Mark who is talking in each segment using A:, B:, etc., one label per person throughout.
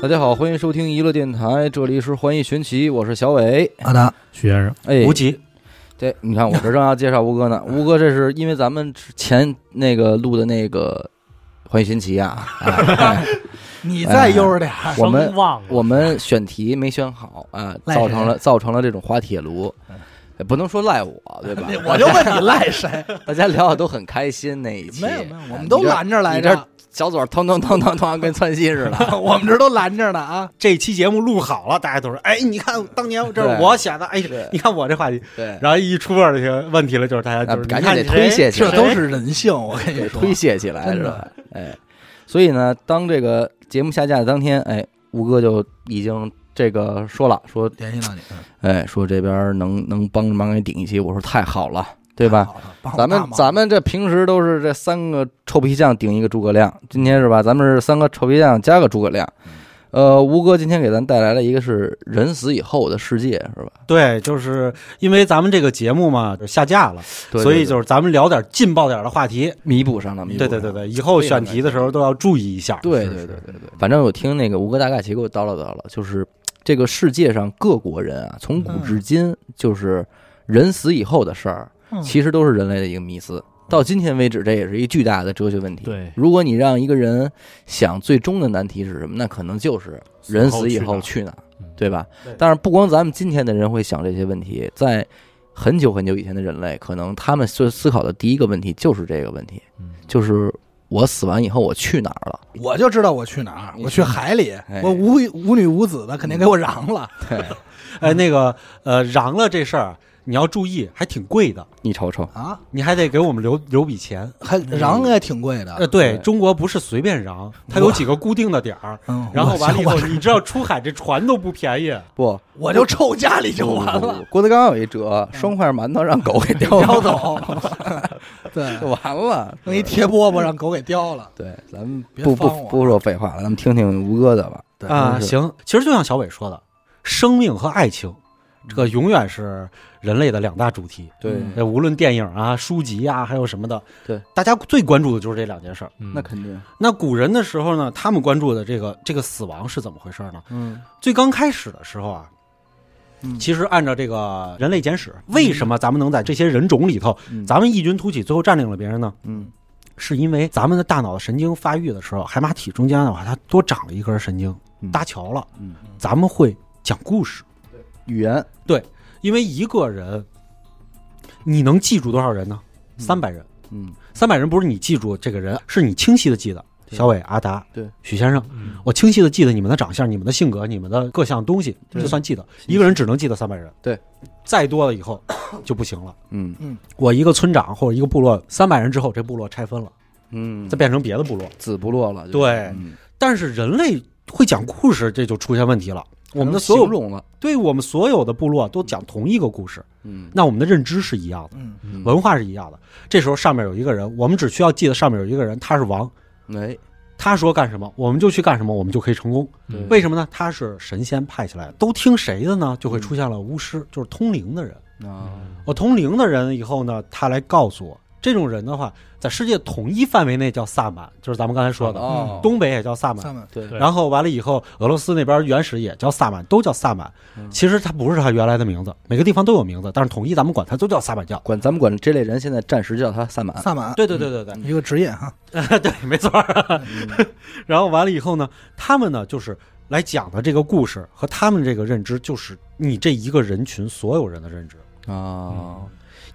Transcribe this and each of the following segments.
A: 大家好，欢迎收听娱乐电台，这里是环艺寻奇，我是小伟。
B: 阿达、
C: 徐先生，
A: 哎，
B: 无极，
A: 这你看，我这正要介绍吴哥呢。吴哥，这是因为咱们之前那个录的那个《环宇新奇》啊，哎
B: 你再悠着点儿，
A: 我们
C: 生忘了
A: 我们选题没选好啊，
B: 赖
A: 造成
B: 谁？
A: 了造成了这种滑铁卢，也不能说赖我，对吧
B: 我就问你赖谁？
A: 大家聊的都很开心那一期，
B: 没有没有，我们都拦着来
A: 你这
B: 着，
A: 小嘴儿腾腾腾腾腾跟窜稀似的。
B: 我们这都拦着呢啊！
D: 这期节目录好了，大家都说：“哎，你看当年这
A: 对
D: 是我想的，哎
A: 对，
D: 你看我这话题。
A: 对”，
D: 然后一出问题问题了，就是大家
A: 啊
D: 就是
A: 赶紧得
D: 你看谁
A: 推卸起
B: 这
A: 来，
B: 都是人性，我跟 你
A: 给
B: 说。
A: 推卸起来
B: 真
A: 是
B: 的
A: 吧？哎，所以呢，当这个节目下架的当天，哎，吴哥就已经这个说了，说
B: 联系到你，嗯
A: 哎，说这边能能帮着忙给顶一期，我说太好了，对吧？
B: 好了帮我
A: 咱
B: 大
A: 们
B: 忙
A: 咱们这平时都是这三个臭皮匠顶一个诸葛亮，今天是吧？咱们是三个臭皮匠加个诸葛亮。
D: 嗯
A: 呃，吴哥今天给咱带来了一个是人死以后的世界，是吧？
D: 对，就是因为咱们这个节目嘛就下架了，
A: 对
D: 所
A: 对
D: 以
A: 对
D: 就是咱们聊点劲爆点的话题。
A: 弥补上了，弥补
D: 对
A: 上
D: 对
A: 了
D: 对对，以后选题的时候都要注意一下。
A: 对
D: 是
A: 对
D: 是
A: 对对对，反正我听那个吴哥大概其给我叨唠叨了，就是这个世界上各国人啊，从古至今，就是人死以后的事儿，
B: 嗯
A: 其实都是人类的一个迷思。到今天为止，这也是一巨大的哲学问题。
C: 对
A: 如果你让一个人想最终的难题是什么，那可能就是人死以后去哪儿，
C: 嗯
A: 对吧
D: 对？
A: 但是不光咱们今天的人会想这些问题，在很久很久以前的人类，可能他们所思考的第一个问题就是这个问题，
C: 嗯
A: 就是我死完以后我去哪儿了？
B: 我就知道我去哪儿，
A: 你
B: 我去海里
A: 哎，
B: 我无无女无子的，肯定给我嚷了。
A: 对，
D: 哎，那个呃，瓤了这事儿你要注意，还挺贵的，
A: 你瞅瞅，
B: 啊，
D: 你还得给我们留留笔钱。
B: 还嚷也挺贵
D: 呃，
B: 的，
D: 对
A: 啊对
D: 中国不是随便瓤，它有几个固定的点儿。
B: 嗯，
D: 然后完了以后
B: 我，
D: 你知道出海这船都不便宜，
A: 不，
B: 我就臭家里就
A: 不
B: 完。
A: 不不
B: 了，
A: 不郭德纲有一
D: 嗯
A: 折，双块馒头让狗给叼
B: 叼
A: 走
B: 走，对
A: 就，完了。
B: 弄一铁饽饽让狗给叼了。
A: 对，咱们
B: 别
A: 不不
B: 放我
A: 不说废话了，咱们听听吴哥的吧。
B: 对
D: 啊，
A: 是
D: 行，其实就像小伟说的，生命和爱情，这个永远是人类的两大主题。
A: 对
B: 嗯
D: 呃无论电影啊、书籍啊，还有什么的，
A: 对，
D: 大家最关注的就是这两件事儿。
C: 嗯
A: 那肯定，
D: 那古人的时候呢，他们关注的这个这个死亡是怎么回事呢？
A: 嗯，
D: 最刚开始的时候啊，
B: 嗯
D: 其实按照这个人类简史，为什么咱们能在这些人种里头，
B: 嗯
D: 咱们异军突起，最后占领了别人呢？
A: 嗯
D: 是因为咱们的大脑神经发育的时候，海马体中间的话，它多长了一根神经
A: 嗯，
D: 搭桥了。
A: 嗯，
D: 咱们会讲故事，
A: 语言
D: 因为一个人，你能记住多少人呢？
A: 嗯
D: 三百人，
A: 嗯
D: 三百人不是你记住这个人，是你清晰的记得。
A: 对
D: 小伟、阿达、
A: 对
D: 许先生，
C: 嗯
D: 我清晰的记得你们的长相、你们的性格、你们的各项东西，
A: 对
D: 就算记得。
A: 信息
D: 一个人只能记得三百人，
A: 对，
D: 再多了以后就不行了。
A: 嗯
D: 我一个村长或者一个部落，三百人之后，这部落拆分了，
A: 嗯，
D: 再变成别的部落。
A: 子不落了，就是
D: 对
A: 嗯
D: 但是人类会讲故事，这就出现问题了。我们的所
A: 形
D: 有，
A: 容了，
D: 对我们所有的部落都讲同一个故事，
A: 嗯，
D: 那我们的认知是一样的。
B: 嗯，
A: 嗯
D: 文化是一样的。这时候上面有一个人，我们只需要记得上面有一个人，他是王，
A: 哎，
D: 他说干什么，我们就去干什么，我们就可以成功。
C: 嗯
D: 为什么呢？他是神仙派下来的，都听谁的呢？就会出现了巫
A: 嗯
D: 师，就是通灵的人。
A: 啊，
D: 我通灵的人以后呢，他来告诉我，这种人的话，在世界统一范围内叫萨满，就是咱们刚才说的，
A: 哦，
D: 东北也叫萨满。
B: 他们
A: 对
C: 对
D: 然后完了以后，俄罗斯那边原始也叫萨满，都叫萨满
A: 嗯。
D: 其实它不是它原来的名字，每个地方都有名字，但是统一咱们管它都叫萨满教。
A: 管咱们管这类人现在暂时叫他萨满，
B: 萨满
D: 对对对对对，
B: 一个职业哈，
D: 对，嗯没错儿。 然后完了以后呢，他们呢就是来讲的这个故事和他们这个认知，就是你这一个人群所有人的认知。
A: 啊，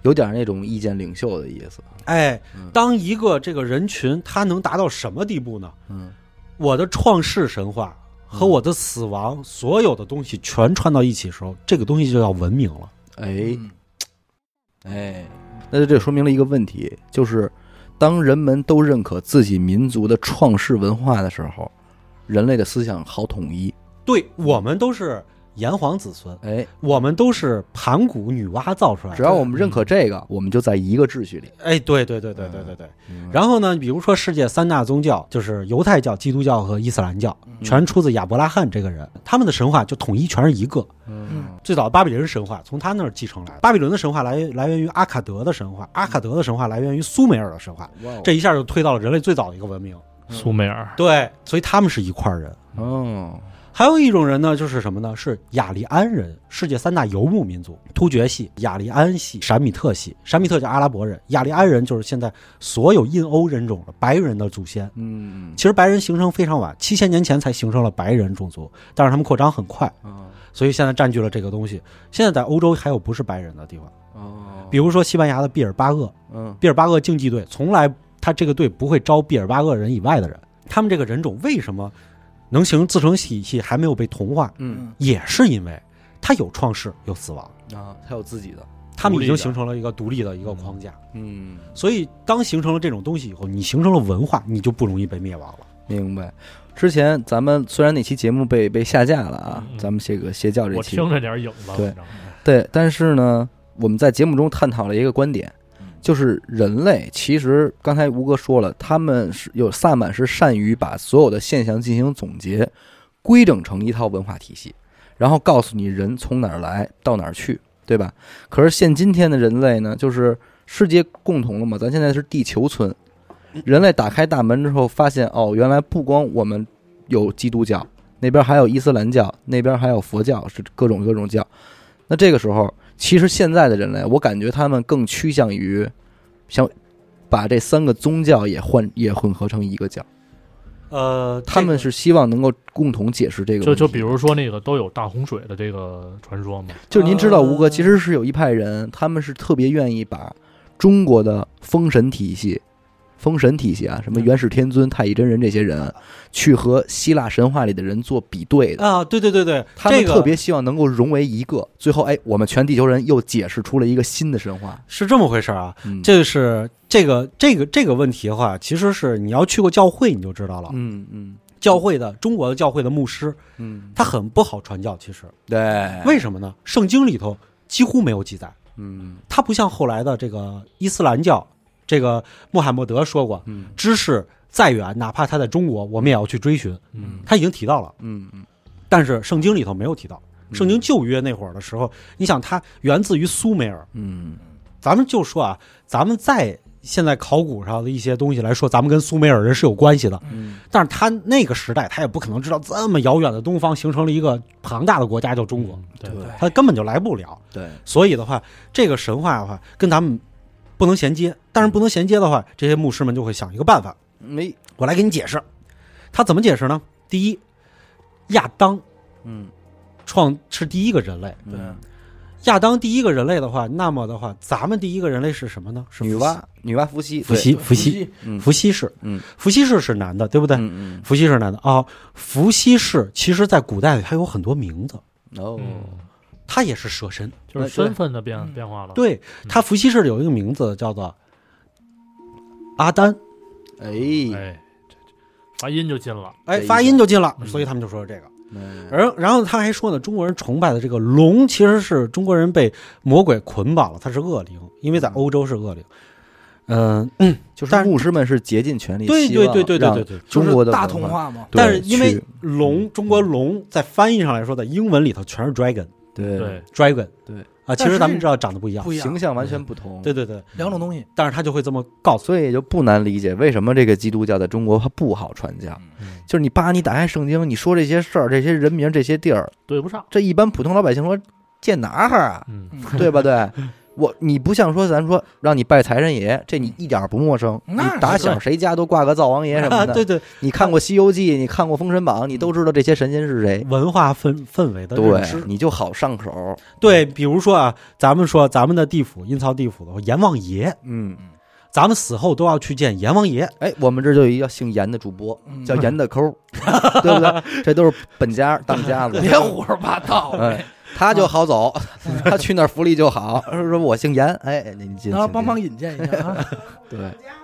A: 有点那种意见领袖的意思，
D: 哎
A: 嗯，
D: 当一个这个人群他能达到什么地步呢？
A: 嗯
D: 我的创世神话和我的死亡，所有的东西全串到一起的时候，这个东西就叫文明了。
A: 哎。
B: 嗯
A: 哎，那就这说明了一个问题，就是当人们都认可自己民族的创世文化的时候，人类的思想好统一。
D: 对我们都是炎黄子孙，
A: 哎，
D: 我们都是盘古女娲造出来
A: 只
D: 的。
A: 要我们认可这个，我们就在一个秩序里。
D: 哎，对对对对对对对。
A: 然
D: 然后呢，比如说世界三大宗教就是犹太教、基督教和伊斯兰教，
A: 嗯
D: 全出自亚伯拉罕这个人，他们的神话就统一全是一个。
B: 嗯
D: 最早的巴比伦神话从他那儿继承来的，巴比伦的神话来来源于阿卡德的神话，阿卡德的神话来源于苏美尔的神话，
A: 后
D: 这一
B: 嗯
D: 下就推到了人类最早的一个文明。
C: 苏美尔，
D: 对，所以他们是一块儿人。
A: 哦，
D: 还有一种人呢，就是什么呢？是雅利安人，世界三大游牧民族：突厥系、雅利安系、闪米特系。闪米特就是阿拉伯人，雅利安人就是现在所有印欧人种了白人的祖先。
A: 嗯
D: 其实白人形成非常晚，七千年前才形成了白人种族，但是他们扩张很快，
A: 哦
D: 所以现在占据了这个东西。现在在欧洲还有不是白人的地方，
A: 哦
D: 比如说西班牙的毕尔巴鄂，
A: 嗯
D: 毕尔巴鄂竞技队从来他这个队不会招毕尔巴鄂人以外的人，他们这个人种为什么能形自成体系还没有被同化，
A: 嗯
D: 也是因为他有创世有死亡，
A: 啊，他有自己的
D: 他们已
A: 独
D: 经
A: 立的
D: 形成了一个独立的一个框架。
A: 嗯，
D: 所以当形成了这种东西以后，你形成了文化，你就不容易被灭亡了。
A: 明白。之前咱们虽然那期节目被被下架了啊，
C: 嗯嗯
A: 咱们这个邪教这
C: 我
A: 期
C: 听着点儿影子，
A: 对
C: 反正
A: 对，但是呢，我们在节目中探讨了一个观点，就是人类其实刚才吴哥说了，他们是有萨满是善于把所有的现象进行总结，规整成一套文化体系，然后告诉你人从哪儿来到哪儿去，对吧？可是现今天的人类呢，就是世界共同了嘛，咱现在是地球村，人类打开大门之后发现，哦，原来不光我们有基督教，那边还有伊斯兰教，那边还有佛教，是各种各种教。那这个时候，其实现在的人类，我感觉他们更趋向于想把这三个宗教也混也混合成一个教，
D: 呃，
A: 他们是希望能够共同解释这个
C: 就
A: 问题。
C: 就比如说那个都有大洪水的这个传说嘛，
A: 就是您知道，吴哥
D: 呃
A: 其实是有一派人，他们是特别愿意把中国的封神体系、封神体系啊，什么
C: 嗯
A: 元始天尊、太乙真人这些人，去和希腊神话里的人做比对
C: 呃
A: 的。
D: 啊，对对对对，
A: 他们
D: 这个
A: 特别希望能够融为一个，最后哎，我们全地球人又解释出了一个新的神话。
D: 是这么回事儿啊。
A: 嗯，
D: 这是这个这个这个问题的话，其实是你要去过教会你就知道了。
A: 嗯嗯
D: 教会的中国的教会的牧师，
A: 嗯，
D: 他很不好传教。其实
A: 对，
D: 为什么呢？圣经里头几乎没有记载，
A: 嗯
D: 他不像后来的这个伊斯兰教，这个穆罕默德说过，
A: 嗯
D: 知识再远，哪怕他在中国，我们也要去追寻。
C: 嗯，
D: 他已经提到了，
A: 嗯嗯，
D: 但是圣经里头没有提到。
A: 嗯
D: 圣经旧约那会儿的时候，你想，它源自于苏美尔，
A: 嗯
D: 咱们就说啊，咱们在现在考古上的一些东西来说，咱们跟苏美尔人是有关系的。
A: 嗯
D: 但是他那个时代，他也不可能知道这么遥远的东方形成了一个庞大的国家叫中国，
C: 嗯对
A: 对
D: 他根本就来不了。
A: 对，
D: 所以的话，这个神话的话跟咱们不能衔接。但是不能衔接的话，这些牧师们就会想一个办法，
A: 没
D: 我来给你解释。他怎么解释呢？第一，亚当
A: 嗯
D: 创是第一个人类。
A: 对，
D: 亚当第一个人类的话，那么的话，咱们第一个人类是什么呢？是
A: 女
D: 伏羲
A: 娲女娲伏羲
D: 伏羲，伏羲，
A: 嗯
D: 伏羲氏，
A: 嗯，
D: 伏羲氏是男的，对不对？
A: 嗯
D: 伏羲是男的啊。伏羲氏其实在古代里他有很多名字，
A: 嗯哦
C: 嗯，
D: 他也是蛇神。
A: 嗯
C: 就是身份的变变化了，
D: 对他，伏羲氏有一个名字叫做阿丹，
A: 哎
C: 哎，这这发音就进了，
D: 哎，
A: 这意思
D: 发音就进了，
C: 嗯
D: 所以他们就说这个。
A: 嗯
D: 而然后他还说呢，中国人崇拜的这个龙，其实是中国人被魔鬼捆绑了，它是恶灵，因为在欧洲是恶灵。嗯，
A: 就是
D: 但是
A: 牧师们是竭尽全力，
D: 对
A: 希望
D: 对对对对
A: 让
D: 对对，
B: 就
A: 中
B: 是
A: 国的
B: 大
A: 文
B: 童话嘛，
A: 对
D: 但是因为
A: 去嗯
D: 龙，中国龙在翻译上来说，在英文里头全是 dragon
A: 对
C: 对，
D: dragon，
A: 嗯对
D: 啊，其
B: 但
D: 实
B: 是
D: 咱们知道长得不一样
B: 不，一样
A: 形，象完全不同，哦
D: 对，对对，
B: 两种东西。
D: 但是他就会这么告诉
A: 所以也就不难理解为什么这个基督教在中国它不好传教。
C: 嗯
A: 就是你扒你打开圣经，你说这些事儿、这些人名、这些地儿，
C: 对不上，
A: 这一般普通老百姓说见哪哈啊？
C: 嗯，
B: 嗯
A: 对吧？对，我你不像说咱说让你拜财神爷，这你一点儿不陌生。你
B: 那是
A: 打小谁家都挂个灶王爷
D: 你，
A: 什
D: 啊，
A: 么的，
D: 对对，
A: 你看过《西游记》，你看过《封神
B: 嗯
A: 榜》，你都知道这些神仙是谁。
D: 文化氛氛围的认
A: 对
D: 知，，
A: 你就好上手。
D: 对，比如说啊，咱们说咱们的地府阴曹地府的话阎王爷，
A: 嗯，
D: 咱们死后都要去见阎王爷，
A: 哎，我们这就有一个姓严的主播，
B: 嗯
A: 叫严的抠， 对不对？这都是本家当家的。
B: 别胡说嗯八道，
A: 哎，他就好走，他去那儿福利就好。说我姓严，哎，你进
B: 然后
A: 进
B: 帮忙
A: 进
B: 引荐一下啊。
A: 对，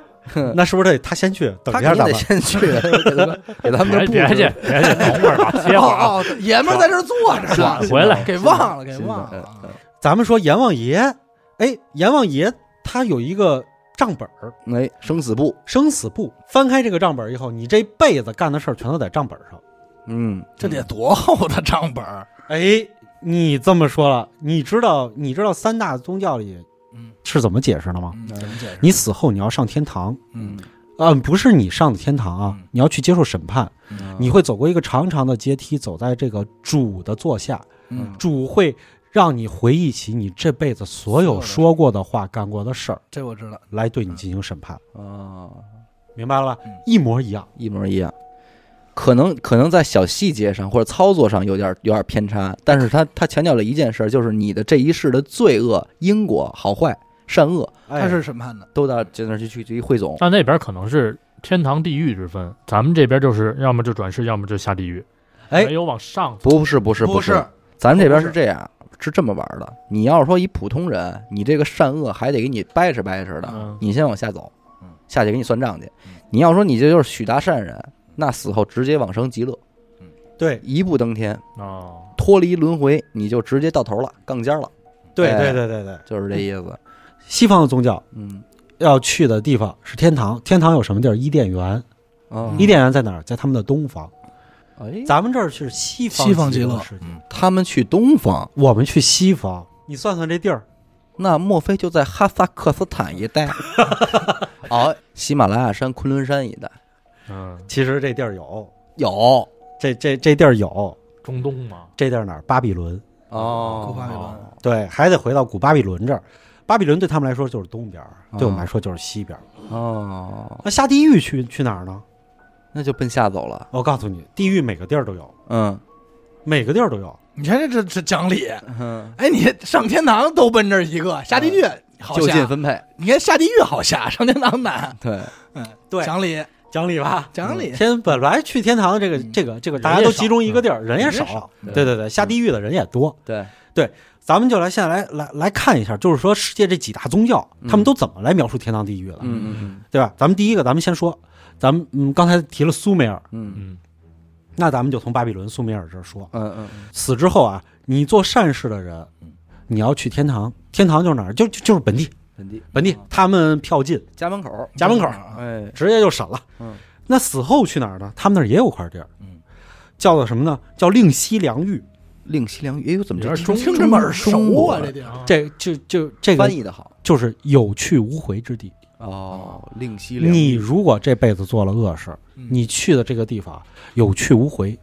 D: 那是不是得他先去等
A: 他
D: 一下
A: 肯定
D: 咱
A: 得
D: 们？
A: 先去， 给咱们给咱嗯们这
C: 别别
A: 布
C: 去
A: 置
C: 别去，等会儿吧，歇会儿啊，
B: 哦哦，对爷们儿在这儿坐着呢
C: 转，回来，
B: 给忘了，给
A: 是的
B: 忘
A: 哎嗯
B: 了。啊
D: 咱们说阎王爷，哎，阎王爷他有一个账本儿，
A: 哎，生死簿，
D: 生死簿，翻开这个账本儿以后，你这辈子干的事儿全都在账本儿上。
A: 嗯，
B: 这得多厚的账本儿？
D: 哎，你这么说了，你知道你知道三大宗教里
B: 嗯
D: 是怎么解释的吗？
B: 嗯，怎么解释？
D: 你死后你要上天堂，
B: 嗯
D: 啊、不是你上的天堂啊
A: 嗯，
D: 你要去接受审判，
A: 嗯
D: 你会走过一个长长的阶梯，走在这个主的座下，
A: 嗯
D: 主会让你回忆起你这辈子所有说过的话、干过的事儿，
B: 这我知道。
D: 来对你进行审判，
A: 啊，
D: 嗯明白了吧
B: 嗯？
D: 一模一样。
A: 一模一样。可能可能在小细节上或者操作上有点有点偏差，但是他他强调了一件事儿，就是你的这一世的罪恶、因果、好坏、善恶，
D: 哎
B: 他是审判的，
A: 都到这那儿去去去汇
B: 啊
A: 总。
C: 但那边可能是天堂地狱之分，咱们这边就是要么就转世，要么就下地狱，
D: 哎
C: 没有往上走。
A: 不是不是
B: 不
A: 是，咱们这边是这样，是这么玩儿的。你要是说一普通人，你这个善恶还得给你掰扯掰扯的，
C: 嗯，
A: 你先往下走
B: 嗯，
A: 下去给你算账去
B: 嗯。
A: 你要说你这就是许大善人，那死后直接往生极乐，
D: 对
A: 一步登天，
C: 哦，
A: 脱离轮回，你就直接到头了，杠尖了，
D: 对
A: 哎
D: 对对对对，
A: 就是这意思。
D: 西方的宗教
A: 嗯，
D: 要去的地方是天堂，天堂有什么地儿？伊甸园，
A: 啊，
D: 伊甸园在哪儿？在他们的东方。
A: 哎，
D: 嗯咱们这儿是西方
B: 西方极
D: 极
B: 乐
D: 世界，
B: 嗯
A: 他们去东方，
D: 我们去西方，你算算这地儿，
A: 那莫非就在哈萨克斯坦一带？ 哦，喜马拉雅山、昆仑山一带
C: 嗯，
D: 其实这地儿有，
A: 有
D: 这这这地儿有，
C: 中东嘛，
D: 这地儿哪儿？巴比伦。
B: 古巴比
A: 哦，
B: 伦，
D: 对，还得回到古巴比伦这儿。巴比伦对他们来说就是东边儿，
A: 啊
D: 对我们来说就是西边儿。
A: 哦，
D: 那下地狱去去哪儿呢？
A: 那就奔下走了。
D: 我告诉你，地狱每个地儿都有，
A: 嗯
D: 每个地儿都有。
B: 你看这这这讲理。
A: 嗯，
B: 哎，你上天堂都奔这儿一个，下地狱好
A: 就近
B: 下。
A: 分配，
B: 你看下地狱好下，上天堂难。
A: 对，
B: 嗯，
D: 对
B: 讲理，
D: 讲理吧，
B: 讲理。
D: 天本来去天堂的这个这个这个，
C: 人
D: 大
C: 也
D: 家都
C: 少
D: 集中一个地儿，人也
B: 人也
D: 少。
A: 嗯对
D: 对对对，下地狱的人也多。
A: 对，
D: 咱们就来现在来来来看一下，就是说世界这几大宗教，
A: 嗯
D: 他们都怎么来描述天堂地狱的，
A: 嗯嗯
D: 对吧？咱们第一个，咱们先说，咱们嗯刚才提了苏美尔，
A: 嗯
C: 嗯，
D: 那咱们就从巴比伦苏美尔这儿说。
A: 嗯嗯嗯，
D: 死之后啊，你做善事的人
B: 嗯，
D: 你要去天堂，天堂就是哪儿？就就就是本地，
A: 本地
D: 本地他们票进，
A: 家门口，
D: 家门口
A: 哎，
D: 直接就审了。
A: 嗯，
D: 那死后去哪儿呢？他们那儿也有块地儿，
B: 嗯，
D: 叫做什么呢？叫令西良域。
A: 令西良域，哎呦，怎么
C: 有
A: 这
C: 点
A: 中
B: 听着么耳
A: 中
B: 熟
A: 国
B: 啊，这地
C: 嗯
B: 儿。
D: 这就就这个
A: 翻译的好
D: 就是有去无回之地。
A: 哦，令西良
D: 你
A: 域，
D: 如果这辈子做了恶事，
B: 嗯
D: 你去的这个地方有去无回。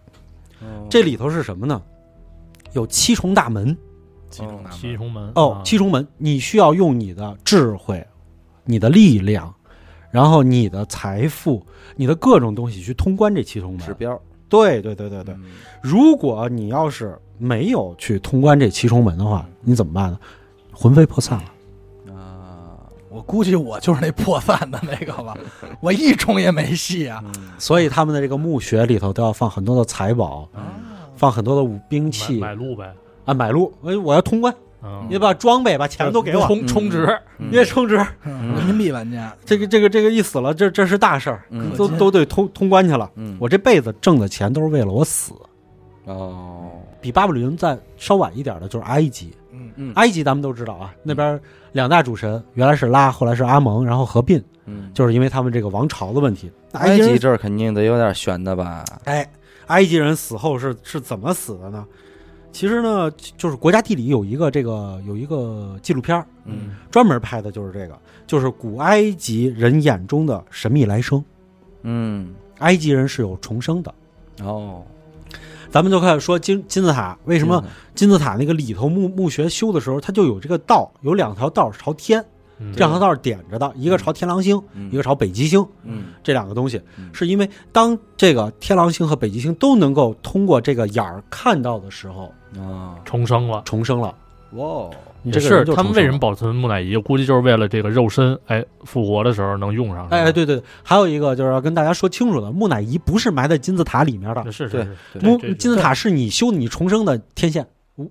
A: 哦
D: 这里头是什么呢？有七重大门
B: 七重大门
C: 西重门
D: 哦
C: 啊，
D: 七重门，你需要用你的智慧、你的力量，然后你的财富、你的各种东西去通关这七重
A: 指
D: 门。
A: 标，
D: 对对对对对，
A: 嗯
D: 如果你要是没有去通关这七重门的话，你怎么办呢？魂飞魄散了。
A: 啊，
B: 我估计我就是那破散的那个 吧，我一冲也没戏啊。
A: 嗯
D: 所以他们的这个墓穴里头都要放很多的财宝，放很多的武兵器
C: 买买路呗，
D: 啊，买路。哎，我要通关，
C: 嗯
D: 你得把装备、把钱都给我，
C: 充充值，
A: 嗯
D: 别充值。
B: 嗯人民币玩家，
D: 这个这个这个一死了，这这是大事儿，
A: 嗯
D: 都都得通通关去了。
A: 嗯，
D: 我这辈子挣的钱都是为了我死。
A: 哦，
D: 比巴比伦再稍晚一点的就是埃及，
B: 嗯
A: 嗯
D: 埃及咱们都知道啊，那边两大主神原来是拉，后来是阿蒙，然后合并，
A: 嗯，
D: 就是因为他们这个王朝的问题。那
A: 埃
D: 及人
A: 及这儿肯定得有点悬的吧？
D: 哎，埃及人死后是是怎么死的呢？其实呢，就是国家地理有一个这个有一个纪录片儿
A: 嗯
D: 专门拍的就是这个，就是古埃及人眼中的神秘来生。
A: 嗯，
D: 埃及人是有重生的。
A: 哦，
D: 咱们就开始说金金字塔，为
A: 为
D: 什么？金字塔那个里头墓墓穴修的时候，它就有这个道，有两条道朝天，
C: 嗯
D: 这两条道是点着的，一个朝天狼星，
A: 嗯
D: 一个朝北极星。
A: 嗯
D: 这两个东西
A: 嗯
D: 是因为当这个天狼星和北极星都能够通过这个眼儿看到的时候，
A: 啊，
C: 重生了。
D: 重生了。
A: 哇，哦
D: 你
C: 也
D: 这个
C: 是
D: 人就
C: 他们为什么
D: 重
C: 保存木乃伊？估计就是为了这个肉身，哎，复活的时候能用上。
D: 生了？哎，，对对，对还有一个就是要跟大家说清楚的，木乃伊不是埋在金字塔里面的，
C: 是
A: 对
C: 是是，
A: 对
C: 这
D: 木
C: 这
D: 金字塔是你修你重生的天线五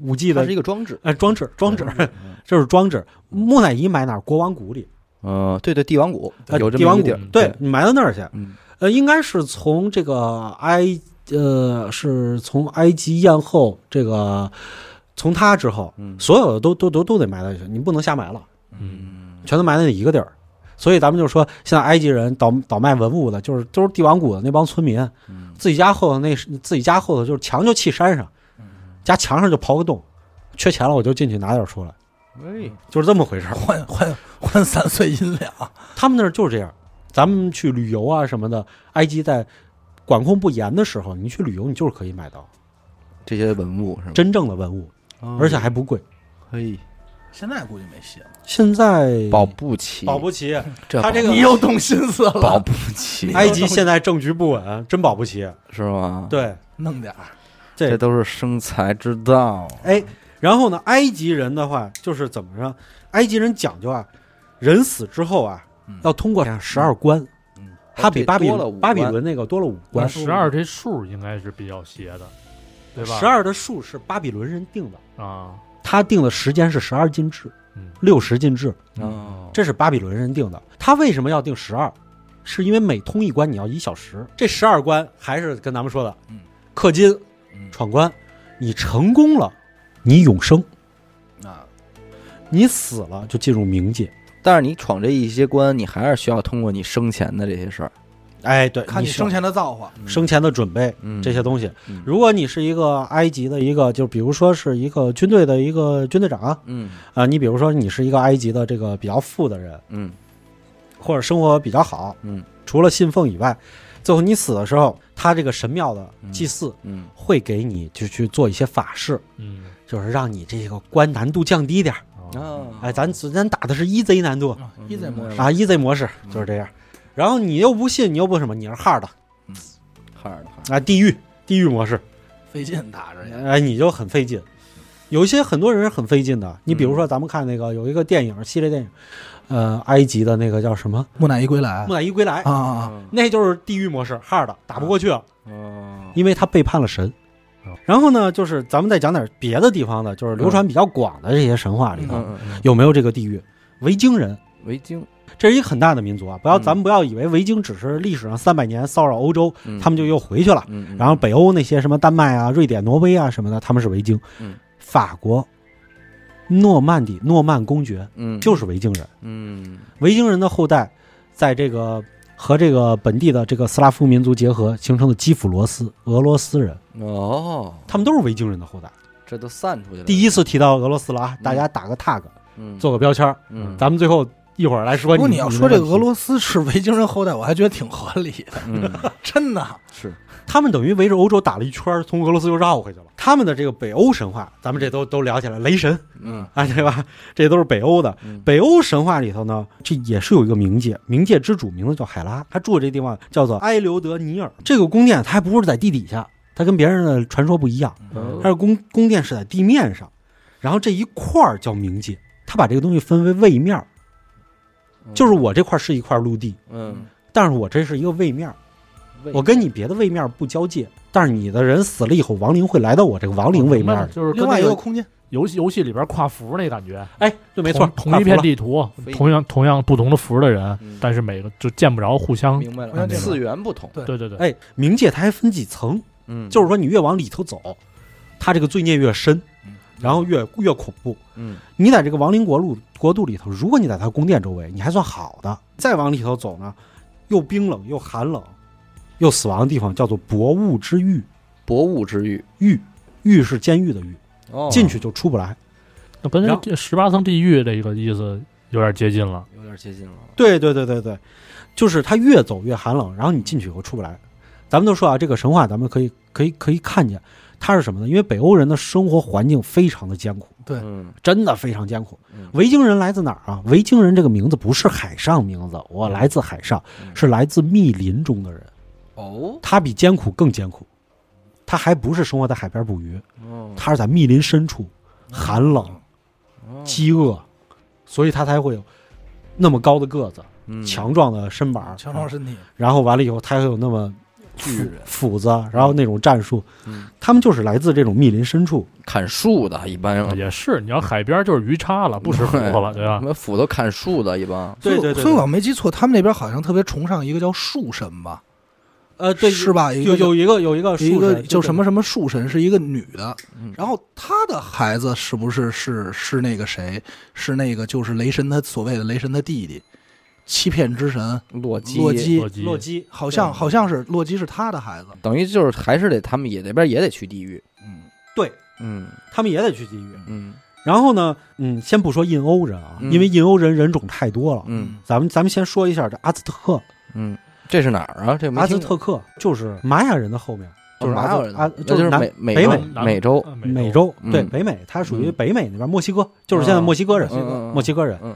D: 五 G
A: 它
D: 的
A: 是一个装置。
D: 呃装置装 置，
A: 嗯
D: 这是装置。木乃伊埋哪儿？国王谷里，
A: 嗯，对对，帝王谷
D: 呃
A: 有这
D: 帝
A: 么
D: 王
A: 一
D: 谷
A: 地儿，，
D: 对你埋到那儿去。
A: 嗯
D: 呃，应该是从这个埃呃，是从埃及艳后这个，从他之后，
A: 嗯
D: 所有的都都都都得埋到去，你不能瞎埋了，
C: 嗯
D: 全都埋在那一个地儿。所以咱们就说，现在埃及人倒倒卖文物的，就是都是帝王谷的那帮村民，
A: 嗯
D: 自己家后头那是自己家后头就是墙就砌山上，家墙上就刨个洞，缺钱了我就进去拿点儿出来，
A: 哎，
D: 就是这么回事儿。
B: 换换换三岁银两，
D: 他们那儿就是这样，咱们去旅游啊什么的，埃及在管控不严的时候，你去旅游你就是可以买到
A: 这些文物是吗？哦
D: 真正的文物，
A: 嗯
D: 而且还不贵。
A: 可以
B: 现在估计没戏了。
D: 现在
A: 保不齐，
D: 保不齐，
A: 这
D: 他这个
B: 你又动心思了，
A: 保不齐
D: 埃及现在政局不稳，真保不齐。
A: 是吗？，
D: 对，
B: 弄点儿
D: 对
A: 这都是生财之道。
D: 哎，然后呢，埃及人的话就是怎么着？埃及人讲究啊，人死之后啊
B: 嗯，
D: 要通过十二关，
B: 嗯
D: 他比巴比
A: 多了五
D: 巴比
A: 关
D: 伦那个多了五关，
C: 十二这数应该是比较邪的，对吧？
D: 十二的数是巴比伦人定的，
C: 啊，
D: 他定的时间是十二进制
C: 嗯，
D: 六十进制，
A: 哦，
D: 这是巴比伦人定的。他为什么要定十二？是因为每通一关你要一小时，这十二关还是跟咱们说的
B: 嗯，
D: 氪金
B: 嗯
D: 闯关，你成功了，你永生；
A: 嗯
B: 啊，
D: 你死了就进入冥界。
A: 但是你闯这一些关，你还是需要通过你生前的这些事儿，
D: 哎，对，
B: 看你
D: 你
B: 生
D: 生
B: 前的造化。
D: 生前的准备
A: 嗯
D: 这些东西
A: 嗯。
D: 如果你是一个埃及的一个，就比如说是一个军队的一个军队长啊、
A: 嗯
D: 你比如说你是一个埃及的这个比较富的人，
A: 嗯
D: 或者生活比较好，
A: 嗯，
D: 除了信奉以外，最后你死的时候，他这个神庙的祭祀
A: 嗯
D: 会给你就去做一些法事，
C: 嗯，
D: 就是让你这个关难度降低点儿。
A: 嗯
C: 啊，
A: 哦
D: 哎，咱咱打的是 easy 难度
B: 啊一在模式，
D: 嗯啊，easy 模式
A: 嗯
D: 就是这样。然后你又不信，你又不什么，你是 hard
A: 哈尔的哈尔
D: 啊，地狱地狱模式，
B: 费劲打着也。
D: 哎，你就很费劲。有一些很多人是很费劲的，你比如说咱们看那个有一个电影系列电影，呃，埃及的那个叫什么
B: 木乃伊归来
D: 《木乃伊归来》
B: 啊，啊，
D: 那就是地狱模式 hard 打不过去了。
A: 哦，
D: 啊因为他背叛了神
C: 哦。
D: 然后呢，就是咱们再讲点别的地方的，就是流传比较广的这些神话里头，
A: 嗯嗯嗯
D: 有没有这个地狱？维京人，
A: 维京，
D: 这是一个很大的民族啊！不要，
A: 嗯
D: 咱们不要以为维京只是历史上三百年骚扰欧洲，
A: 嗯
D: 他们就又回去了。
A: 嗯，嗯
D: 然后北欧那些什么丹麦啊、瑞典、挪威啊什么的，他们是维京。
A: 嗯
D: 法国诺曼底诺曼公爵
A: 嗯
D: 就是维京人，
A: 嗯
D: 维京人的后代在这个和这个本地的这个斯拉夫民族结合形成的基辅罗斯俄罗斯人，
A: 哦，
D: 他们都是维京人的后代。
A: 这都散出去了。
D: 第
A: 一，
D: 一次提到俄罗斯了啊，大家打个 tag，、
A: 嗯，
D: 做个标签儿。
A: 嗯，
D: 咱们最后一会儿来说
B: 不过
D: 你。
B: 你要说这个俄
D: 罗，
B: 罗斯是维京人后代，我还觉得挺合理的，
A: 嗯
B: 真的。
A: 是，
D: 他们等于围着欧洲打了一圈儿，从俄罗斯又绕回去了。他们的这个北欧神话，咱们这都都聊起来，雷神
A: 嗯
D: 啊，对吧？这都是北欧的。
A: 嗯
D: 北欧神话里头呢，这也是有一个冥界，冥界之主名字叫海拉，他住的这地方叫做埃留德尼尔。这个宫殿它还不是在地底下，它跟别人的传说不一样，
A: 嗯
D: 它是宫宫殿是在地面上，然后这一块儿叫冥界，他把这个东西分为位面儿就是，我这块是一块陆地，
A: 嗯，
D: 但是我这是一个位面儿，我跟你别的位面儿不交界，但是你的人死了以后，亡灵会来到我这个亡
C: 哦
D: 灵位面儿里，
C: 就是跟
B: 另外
C: 那
B: 一个
C: 个
B: 空间，
C: 游戏游戏里边跨服那感觉，
D: 哎，对，没错，
C: 同同一片地图
A: 服了，
C: 同样同样不同的服的人
A: 嗯，
C: 但是每个就见不着互相，
A: 明白
B: 我想
A: 了，
C: 这个
A: 次元不同，
C: 对对对，
D: 哎，冥界它还分几层，
A: 嗯，
D: 就是，说你越往里头走，它这个罪孽越深
B: 嗯，
D: 然后越越恐怖。
A: 嗯
D: 你在这个亡灵国路国度里头，如果你在它宫殿周围，你还算好的；再往里头走呢，又冰冷又寒冷，又死亡的地方叫做薄雾之狱，
A: 博物之域，
D: 狱狱是监狱的狱，
A: 哦，
D: 进去就出不来。
C: 那跟
D: 然后
C: 这十八层地狱这个意思有点接近了。
A: 有点接近了，
D: 对对对对对，就是它越走越寒冷，然后你进去以后出不来。咱们都说啊，这个神话咱们可以可以可以看见，它是什么呢？因为北欧人的生活环境非常的艰苦，
B: 对
A: 嗯
D: 真的非常艰苦
A: 嗯。
D: 维京人来自哪儿啊？维京人这个名字不是海上名字，我来自海上，
A: 嗯
D: 是来自密林中的人。
A: 哦
D: 他比艰苦更艰苦，他还不是生活在海边捕鱼，
A: 哦，
D: 他是在密林深处，寒冷、
A: 哦
D: 饥饿，所以他才会有那么高的个子、
A: 嗯
D: 强壮的身板儿、
B: 强壮身体，
D: 然后完了以后，他还有那么
A: 巨人
D: 斧子，然后那种战术，
A: 嗯
D: 他们就是来自这种密林深处。
A: 砍树的，一般
D: 哎
C: 也是，你要海边就是鱼叉 了，不吃葡萄了，啊对
A: 什
C: 吧？
A: 么斧头砍树的，一帮
D: 对对对对
B: 所以我没记错，他们那边好像特别崇尚一个叫树神吧？
D: 呃，对，
B: 是吧？一
D: 有
B: 个
D: 有一个有一个
B: 有一
D: 树
B: 个
D: 神
B: 叫什么？什么树神，是一个女的
A: 嗯，
B: 然后她的孩子是不是是是那个谁？是那个就是雷神他所谓的雷神他弟弟，欺骗之神
A: 洛基，
B: 洛基，
C: 洛基，
D: 洛基，
B: 好像好像是洛基是他的孩子，
A: 等于就是还是得他们也那边也得去地狱，
B: 嗯，
D: 对
A: 嗯
D: 他们也得去地狱。
A: 嗯
D: 然后呢，嗯，先不说印欧人啊，
A: 嗯
D: 因为印欧人人种太多了。
A: 嗯
D: 咱们咱们先说一下这阿兹特克
A: 嗯，这是哪儿啊？这没
D: 阿
A: 听
D: 兹
A: 过
D: 特克就是玛雅人的后面，就是
A: 哪
D: 阿
A: 有
D: 兹
A: 人
D: 阿
A: 那
D: 就是南
A: 美美
D: 北
A: 洲
D: 美
C: 南
A: 美洲，
C: 呃
D: 美
C: 美洲，
D: 洲，对
A: 嗯
D: 北美，它属于
A: 嗯
D: 北美那边墨西哥，就是现在墨西哥人
A: 嗯嗯嗯，嗯
D: 墨西哥人。
A: 嗯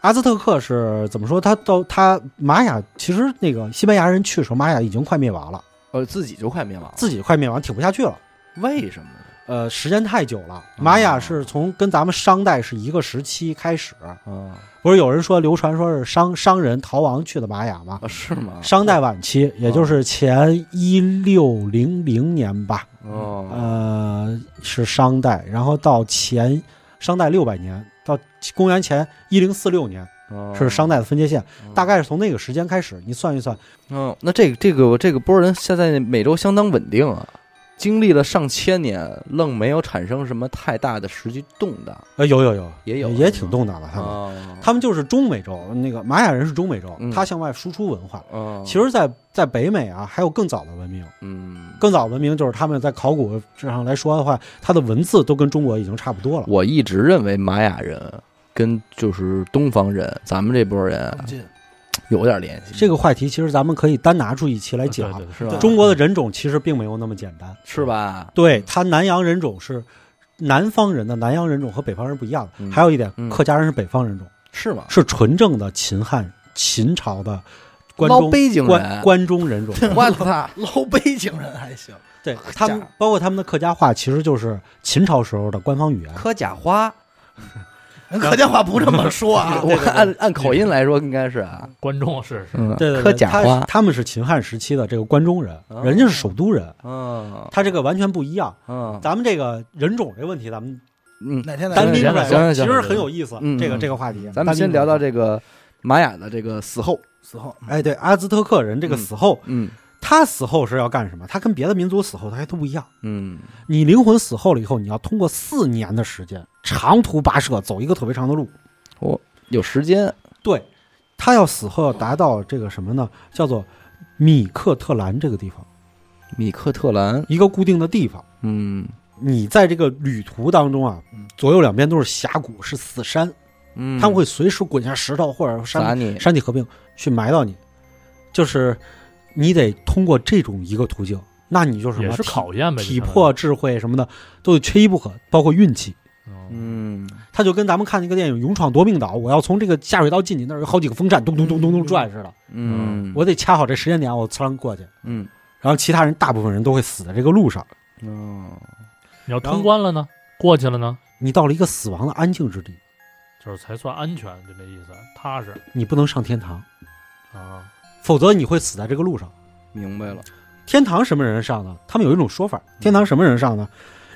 D: 阿兹特克是怎么说？他到他玛雅，其实那个西班牙人去的时候，玛雅已经快灭亡了，
A: 呃，自己就快灭亡了，
D: 自己快灭亡，挺不下去了。
A: 为什么呢？
D: 呃，时间太久
A: 哦
D: 了，玛雅是从跟咱们商代是一个时期开始，
A: 啊
D: 不是有人说流传说是商商人逃亡去的玛雅吗？
A: 啊，是吗？
D: 商代晚期，
A: 嗯
D: 也就是前一六零零年吧，
A: 哦，
D: 呃，是商代，然后到前商代六百年，到公元前一零四六年
A: 哦
D: 嗯是商代的分界线，
A: 嗯
D: 大概是从那个时间开始，你算一算，
A: 嗯，那这个这个这个波人现在美洲相当稳定啊，经历了上千年，愣没有产生什么太大的实际动荡
D: 呃，有有有，
A: 也有
D: 也挺动荡的，他们。
A: 啊。
D: 他们就是中美洲，那个玛雅人是中美洲
A: 嗯，
D: 他向外输出文化。
A: 嗯，
D: 其实在，在北美啊，还有更早的文明，
A: 嗯，
D: 更早文明就是他们在考古上来说的话，它的文字都跟中国已经差不多了。
A: 我一直认为玛雅人跟就是东方人，咱们这波人啊
B: 更近
A: 有点联系，
D: 嗯这个话题其实咱们可以单拿出一期来讲。
C: 对对
A: 是吧？
D: 中国的人种其实并没有那么简单，
A: 啊是吧？
D: 对，它南洋人种是南方人的南洋人种和北方人不一样的。
A: 嗯
D: 还有一点
A: 嗯，
D: 客家人是北方人种，
A: 是吗？
D: 是纯正的秦汉秦朝的关
A: 捞
D: 中
A: 北京
D: 关
A: 人，
D: 关 中人种。
A: 我 操！
B: 捞北京人还 行，
D: 对
B: 客
D: 他们
B: 家，
D: 包括他们的客家话，其实就是秦朝时候的官方语言。
A: 柯甲花，
B: 人客家话不这么 说啊。
A: 我按按口音来说应该是啊，
C: 观众是是，
A: 嗯，
D: 对对对，
A: 柯甲
D: 他
A: 花，
D: 他们是秦汉时期的这个关中人
A: 哦，
D: 人家是首都人，
A: 嗯
D: 他这个完全不一样。
A: 嗯
D: 咱们这单拎出来说咱们这个人种这问题，咱们
A: 嗯，
B: 哪天哪
D: 单拎
B: 天
D: 出
A: 行
D: 来
A: 行行
D: 说，其实
A: 行
D: 很有意思
A: 嗯。
D: 这个
A: 嗯
D: 这个话题，
A: 咱们
D: 单拎
A: 先
D: 出来
A: 聊到
D: 说。
A: 这个玛雅的这个死后，
B: 死后，
D: 哎，对，阿兹特克人这个死后，
A: 嗯
D: 他死后是要干什么？他跟别的民族死后他还都不一样。
A: 嗯
D: 你灵魂死后了以后，你要通过四年的时间，长途跋涉，走一个特别长的路。
A: 有时间，
D: 对，他要死后要达到这个什么呢？叫做米克特兰这个地方，
A: 米克特兰，
D: 一个固定的地方。
A: 嗯
D: 你在这个旅途当中啊
B: 嗯，
D: 左右两边都是峡谷，是死山，
A: 嗯，
D: 他们会随时滚下石头或者
A: 砸
D: 山
A: 你，
D: 山体合并去埋到你，就是你得通过这种一个途径，那你就是什
C: 也
D: 么
C: 是
D: 体
C: 考验呗，
D: 体
C: 就相当于
D: 魄、，智慧什么的都缺一不可，包括运气。
C: 嗯
A: 嗯
D: 他就跟咱们看那个电影《勇闯夺命岛》，我要从这个下水道进去，那儿有好几个风扇，咚咚咚
C: 嗯
D: 咚咚转似的，
A: 嗯，
D: 我得掐好这时间点，我噌过去。
A: 嗯
D: 然后其他人大部分人都会死在这个路上。
A: 哦，
C: 你要
D: 然
C: 通
D: 后
C: 关了呢，过去了呢，
D: 你到了一个死亡的安静之地，
C: 就是才算安全，就这意思，踏实
D: 你不能上天堂，
C: 啊。
D: 否则你会死在这个路上。
A: 明白了，
D: 天堂什么人上呢？他们有一种说法，天堂什么人上呢？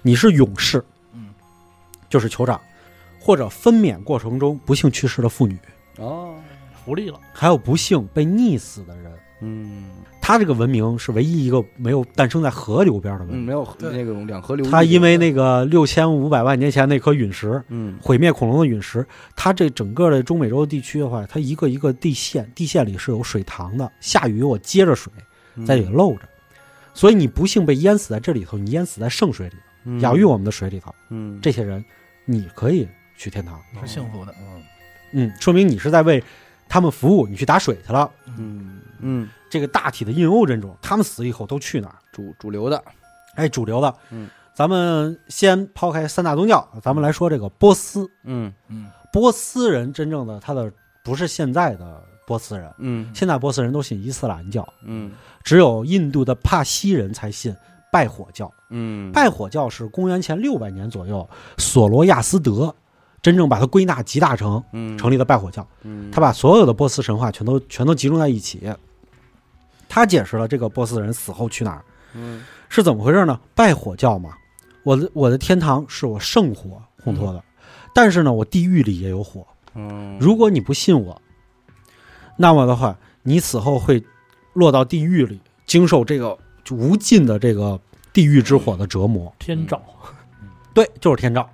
D: 你是勇士，
B: 嗯，
D: 就是酋长，或者分娩过程中不幸去世的妇女，
A: 哦，
C: 福利了，
D: 还有不幸被溺死的人。
A: 嗯
D: 他这个文明是唯一一个没有诞生在河流边的文
A: 嗯，
D: 明。
A: 没有那种两河流域，
D: 他因为那个六千五百万年前那颗陨石
A: 嗯
D: 毁灭恐龙的陨石，它这整个的中美洲地区的话，它一个一个地线，地线里是有水塘的，下雨我接着水
A: 嗯
D: 在里漏着，所以你不幸被淹死在这里头，你淹死在圣水里，养育，我们的水里头，
A: 嗯
D: 这些人你可以去天堂，
B: 是幸福的，嗯，
D: 嗯，说明你是在为他们服务，你去打水去了。
A: 嗯嗯
D: 这个大体的印欧人种，他们死以后都去哪儿？
A: 主主流的，
D: 哎，主流的，
A: 嗯，
D: 咱们先抛开三大宗教，咱们来说这个波斯。
A: 嗯
D: 波斯人真正的他的不是现在的波斯人，
A: 嗯
D: 现在波斯人都信伊斯兰教，
A: 嗯
D: 只有印度的帕西人才信拜火教。
A: 嗯，
D: 拜火教是公元前六百年左右，索罗亚斯德真正把它归纳集大成，
A: 嗯
D: 成立的拜火教。
A: 嗯，
D: 他把所有的波斯神话全都全都集中在一起。他解释了这个波斯人死后去哪儿
A: 嗯
D: 是怎么回事呢？拜火教嘛，我的我的天堂是我圣火烘托的，但是呢，我地狱里也有火。
A: 嗯
D: 如果你不信我，那么的话，你死后会落到地狱里，经受这个无尽的这个地狱之火的折磨。
C: 天照，
D: 嗯对，就是天照。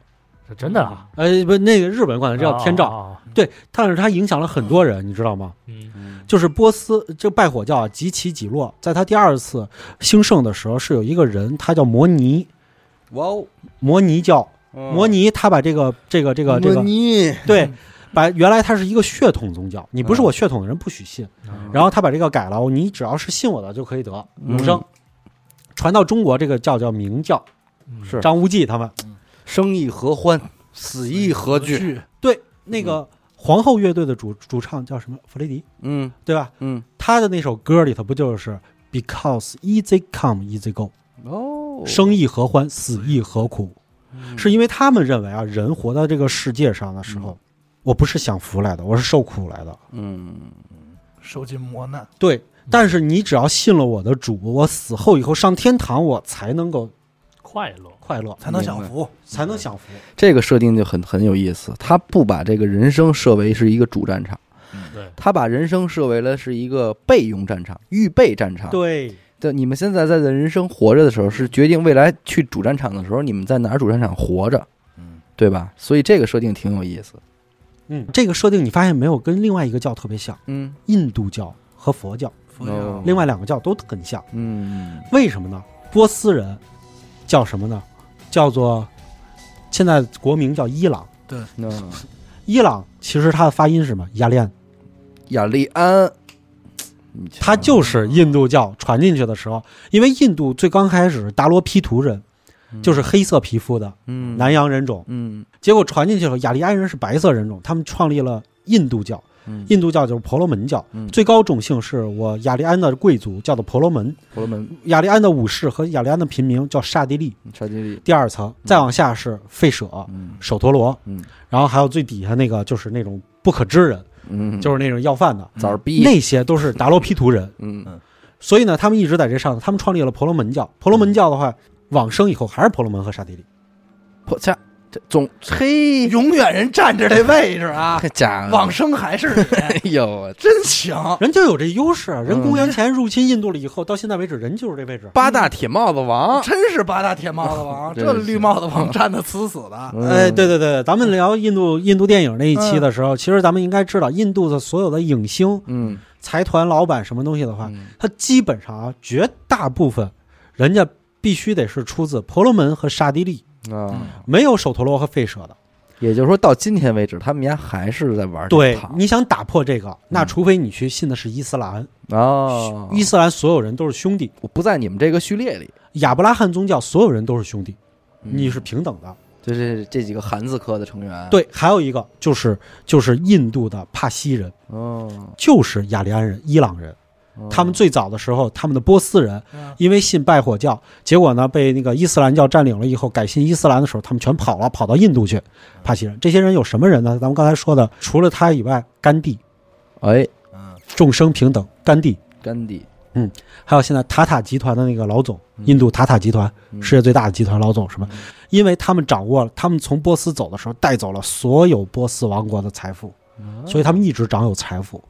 C: 是真的啊，
D: 呃，不，那个日本管它叫天照。
C: 照，
D: 对，但是它影响了很多人，你知道吗？
C: 嗯，
D: 就是波斯这拜火教啊，几起几落，在他第二次兴盛的时候，是有一个人，他叫摩尼，
A: 哇哦，
D: 摩尼教，
A: 摩
D: 嗯摩尼他把这个这个这个这
B: 摩
D: 嗯个
B: 尼
D: 对把原来它是一个血统宗教，你不是我血统的人不许信。
A: 嗯
D: 然后他把这个改了，你只要是信我的就可以得永生。传到中国这个教叫明教，
C: 嗯
A: 是
D: 张无忌他们
A: 生亦何欢，死亦何惧。
B: 剧
D: 那个皇后乐队的主主唱叫什么？弗雷迪，
A: 嗯
D: 对吧？
A: 嗯，
D: 他的那首歌里头不就是 “Because easy come, easy go”，
A: 哦嗯
D: 生亦何欢，死亦何苦？是因为他们认为啊，人活到这个世界上的时候，我不是享福来的，我是受苦来的。
A: 嗯
B: 受尽磨难，
D: 对，但是你只要信了我的主，我死后以后上天堂，我才能够
C: 快乐，
D: 快乐，
B: 才能享福。
D: 才能享福。
A: 这个设定就很很有意思，他不把这个人生设为是一个主战场，
C: 对，
A: 他把人生设为了是一个备用战场、预备战场。
D: 对，
A: 对，你们现在在的人生活着的时候，是决定未来去主战场的时候，你们在哪儿主战场活着，
B: 嗯，
A: 对吧？所以这个设定挺有意思。
D: 嗯，这个设定你发现没有，跟另外一个教特别像，
A: 嗯
D: 印度教和佛教，
B: 佛教
A: 哦
D: 另外两个教都很像。
A: 嗯
D: 为什么呢？波斯人叫什么呢？叫做现在国名叫伊朗。
A: 那
D: 伊朗其实它的发音是什么？雅利安，
A: 雅利安，你瞧
D: 它就是印度教传进去的时候，因为印度最刚开始达罗毗荼人就是黑色皮肤的
A: 嗯
D: 南洋人种，
A: 嗯
D: 结果传进去以后，雅利安人是白色人种，他们创立了印度教。
A: 嗯
D: 印度教就是婆罗门教，
A: 嗯
D: 最高种姓是我雅利安的贵族叫做婆罗门，
A: 婆罗门
D: 雅利安的武士和雅利安的平民叫刹帝利。
A: 沙基利，
D: 第二层，再往下是吠舍、
A: 嗯
D: 首陀罗，
A: 嗯
D: 然后还有最底下那个就是那种不可知人，
A: 嗯，
D: 就是那种要饭的，
A: 枣儿逼，
D: 那些都是达罗毗荼人。
A: 嗯
D: 所以呢，他们一直在这上头，他们创立了婆罗门教。婆罗门教的话，往生以后还是婆罗门和刹帝利。
A: 破恰这总嘿，
B: 永远人占着这位置啊，
A: 这家伙
B: 往生还是你，
A: 哎呦我
B: 真行。
D: 人就有这优势，啊人公
A: 嗯
D: 元前入侵印度了以后，到现在为止，人就是这位置。
A: 八大铁帽子王，
B: 真是八大铁帽子 王，
A: 真
B: 这
A: 是
B: 绿帽子王站的死死的。
A: 嗯
D: 哎，对对对，咱们聊印度印度电影那一期的时候，其实咱们应该知道，印度的所有的影星、
A: 嗯，
D: 财团老板什么东西的话，
A: 嗯，
D: 它基本上啊，绝大部分人家必须得是出自婆罗门和刹帝利，
A: 啊，
D: 没有首陀罗和吠舍的。
A: 也就是说到今天为止，他们家还是在玩这
D: 对
A: 套，
D: 你想打破这个，那
A: 嗯
D: 除非你去信的是伊斯兰，
A: 哦，
D: 伊斯兰所有人都是兄弟，
A: 我不在你们这个序列里，
D: 亚伯拉罕宗教所有人都是兄弟，
A: 嗯
D: 你是平等的。
A: 就是这几个韩字科的成员，，
D: 对，还有一个就是就是印度的帕西人，
A: 哦，
D: 就是雅利安人、伊朗人，
A: 哦
D: 他们最早的时候，他们的波斯人
B: 嗯
D: 因为信拜火教，结果呢被那个伊斯兰教占领了以后，改信伊斯兰的时候，他们全跑了，跑到印度去。帕西人这些人有什么人呢？咱们刚才说的，除了他以外，甘地
A: 哎，
B: 嗯，
D: 众生平等，甘地，
A: 甘地
D: 还有现在塔塔集团的那个老总，印度塔塔集团世界最大的集团老总什么？因为他们掌握了，他们从波斯走的时候带走了所有波斯王国的财富，所以他们一直掌有财富。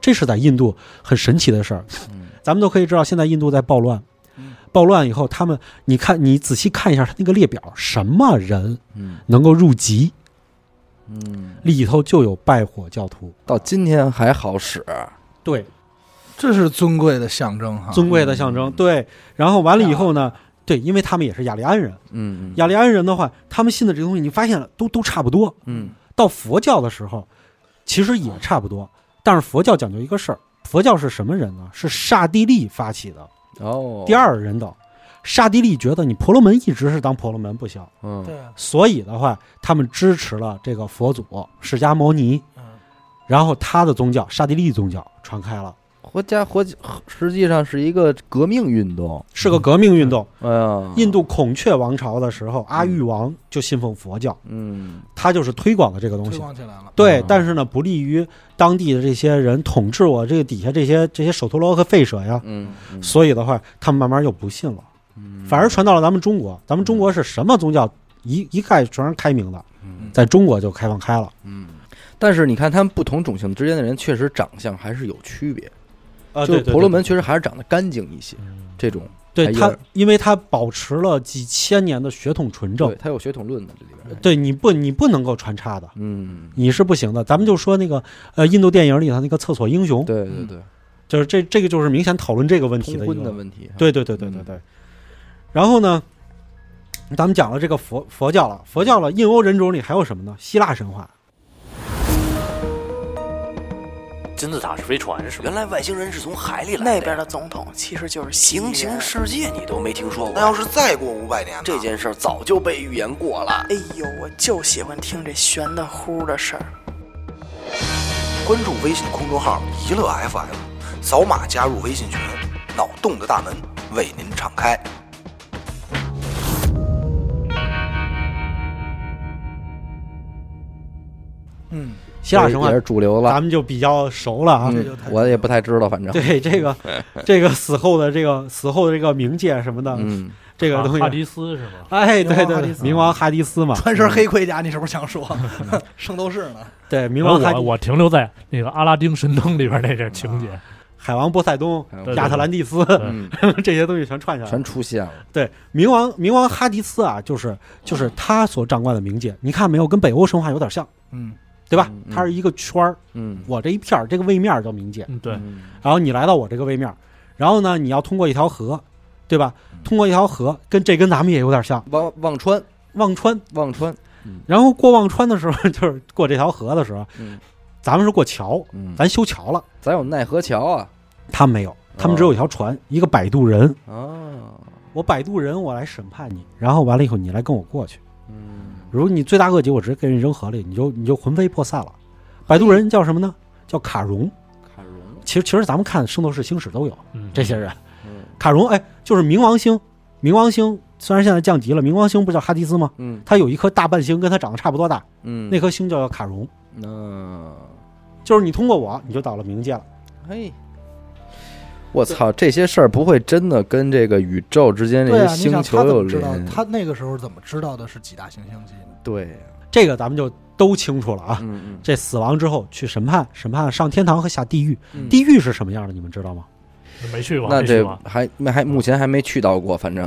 D: 这是在印度很神奇的事儿
A: 嗯，
D: 咱们都可以知道，现在印度在暴乱
B: 嗯，
D: 暴乱以后，他们你看，你仔细看一下他那个列表，什么人
A: 嗯
D: 能够入籍，
A: 嗯，
D: 里头就有拜火教徒。
A: 到今天还好使，
D: 对，
B: 这是尊贵的象征哈。
D: 尊贵的象征。对，然后完了以后呢，对，因为他们也是雅利安人，
A: 嗯
D: 雅利安人的话，他们信的这东西，你发现了都都差不多。
A: 嗯
D: 到佛教的时候，其实也差不多，但是佛教讲究一个事儿，佛教是什么人呢？是刹帝利发起的
A: 嗯，哦，
D: 第，二人等。刹帝利觉得你婆罗门一直是当婆罗门不行，
A: 嗯
B: 对，
D: 所以的话，他们支持了这个佛祖释迦牟尼，
B: 嗯，
D: 然后他的宗教刹帝利宗教传开了，
A: 国家国实际上是一个革命运动，
D: 是个革命运动。
A: 哎呀，
D: 印，度孔雀王朝的时候，阿育王就信奉佛教，
A: 嗯
D: 他就是推广了这个东
B: 推
D: 西。
B: 广起来了。
D: 对
A: 嗯，
D: 但是呢，不利于当地的这些人统治我这个底下这些这些首陀罗和吠舍呀，
A: 嗯，嗯
D: 所以的话，他们慢慢又不信了，反而传到了咱们中国。咱们中国是什么宗教一一概全是开明的，在中国就开放开了。
A: 但是你看，他们不同种姓之间的人，确实长相还是有区别。
D: 啊
A: 就是婆罗门确实还是长得干净一些，
C: 嗯
A: 这种
D: 对
A: 还有
D: 他
A: 点，
D: 因为他保持了几千年的血统纯
A: 对，
D: 正，哎
A: 它有血统论的这里边。，
D: 对你不你不能够穿插的，
A: 嗯，
D: 你是不行的。咱们就说那个呃，印度电影里头那个厕所英雄，
A: 对对
D: 嗯
A: 对，
D: 就是这这个就是明显讨论这个问题
A: 通
D: 的一
A: 婚的
D: 个
A: 问题。，啊
D: 对对对对对对。然后呢，咱们讲了这个佛佛教了，佛教了，印欧人种里还有什么呢？希腊神话，
C: 金字塔是飞船是吗？
E: 原来外星人是从海里来的呀。
F: 那边的总统其实就是
E: 平
F: 行
E: 行
F: 星
E: 世界你都没听说过？
G: 嗯那要是再过五百年呢？
E: 这件事儿早就被预言过了。
F: 哎呦，我就喜欢听这悬的乎的事儿。
G: 关注微信公众号“一乐 FM”，扫码加入微信群，脑洞的大门为您敞开。
B: 嗯，
D: 希腊神
A: 也
D: 话
A: 是主流
D: 咱
A: 了，
D: 们就比较熟了啊。
A: 嗯
B: 就太
A: 我也不太知道，反正
D: 对这 个这个死后的这个死后的这个冥界什么的，
A: 嗯，
D: 这个东
C: 哈
D: 西，
C: 迪斯是吗？
D: 哎，
B: 冥王
D: 对
B: 哈
D: 对
B: 迪
D: 对，
B: 斯
D: 冥王哈迪斯嘛，
B: 穿身黑盔甲，你是不是想说 圣斗士呢？
D: 对冥
C: 然后
D: 王哈
C: 我
D: 迪
C: 我停留在那个阿拉丁神灯里边那个情
D: 啊
C: 节，
D: 海王波塞冬、
A: 嗯
C: 对
D: 亚特兰蒂 斯
A: 嗯，
D: 这些东西全串起来了
A: 全。出现了，
D: 对，冥王冥王哈迪斯啊，就是就是他所掌管的冥界，你看没有，跟北欧神话有点像，
B: 嗯，
D: 对吧
A: 嗯？嗯
D: 它是一个圈儿，
A: 嗯，
D: 我这一片儿，这个位面儿叫冥界，
C: 嗯，对，
A: 嗯，
D: 然后你来到我这个位面儿，然后呢，你要通过一条河，对吧？通过一条河，跟这跟咱们也有点像，
A: 忘忘川，
D: 忘川。
A: 忘川，
D: 然后过忘川的时候，就是过这条河的时候，
A: 嗯
D: 咱们是过桥，
A: 嗯，
D: 咱修桥了，
A: 咱有奈何桥啊，
D: 他们没有，他们只有一条船，一个摆渡人。
A: 啊，
D: 我摆渡人，我来审判你，然后完了以后你来跟我过去。
A: 嗯，
D: 如果你罪大恶极，我直接给你扔河里，你就你就魂飞魄散了。摆渡人叫什么呢？叫卡戎。
A: 卡戎，
D: 其实其实咱们看《圣斗士星矢》都有
C: 嗯，
D: 这些人，
A: 嗯
D: 卡戎哎，就是冥王星。冥王星虽然现在降级了，冥王星不叫哈迪斯吗？
A: 嗯
D: 它有一颗大半星，跟它长得差不多大，
A: 嗯，
D: 那颗星叫卡戎。
A: 嗯，
D: 就是你通过我，你就到了冥界了。
B: 哎
A: 嘿。我操，这些事儿不会真的跟这个宇宙之间这
B: 对
A: 些
B: 啊，你
A: 星
B: 想
A: 球
B: 他怎
A: 有
B: 么知道
A: 联？
B: 他那个时候怎么知道的是几大行星系呢？
A: 对，
D: 这个咱们就都清楚了啊。
A: 嗯
D: 这死亡之后去审判，审判上天堂和下地狱。
A: 嗯
D: 地狱是什么样的，你们知道吗？
C: 没去过，
A: 那
C: 没去
A: 这
C: 过。
A: 还没还目前还没去到过，反正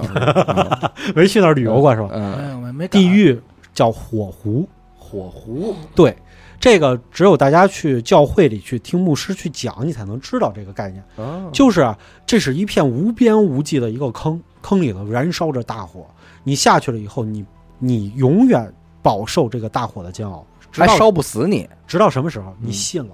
D: 没去那儿旅游过是吧？
A: 嗯，
B: 哎，我没敢
D: 地狱叫火湖，
A: 火狐，
D: 对，这个只有大家去教会里去听牧师去讲，你才能知道这个概念。
A: 哦
D: 就是啊，这是一片无边无际的一个坑，坑里头燃烧着大火，你下去了以后，你你永远饱受这个大火的煎熬，直
A: 还
D: 到
A: 哎烧不死你。
D: 直到什么时候
A: 嗯
D: 你信了。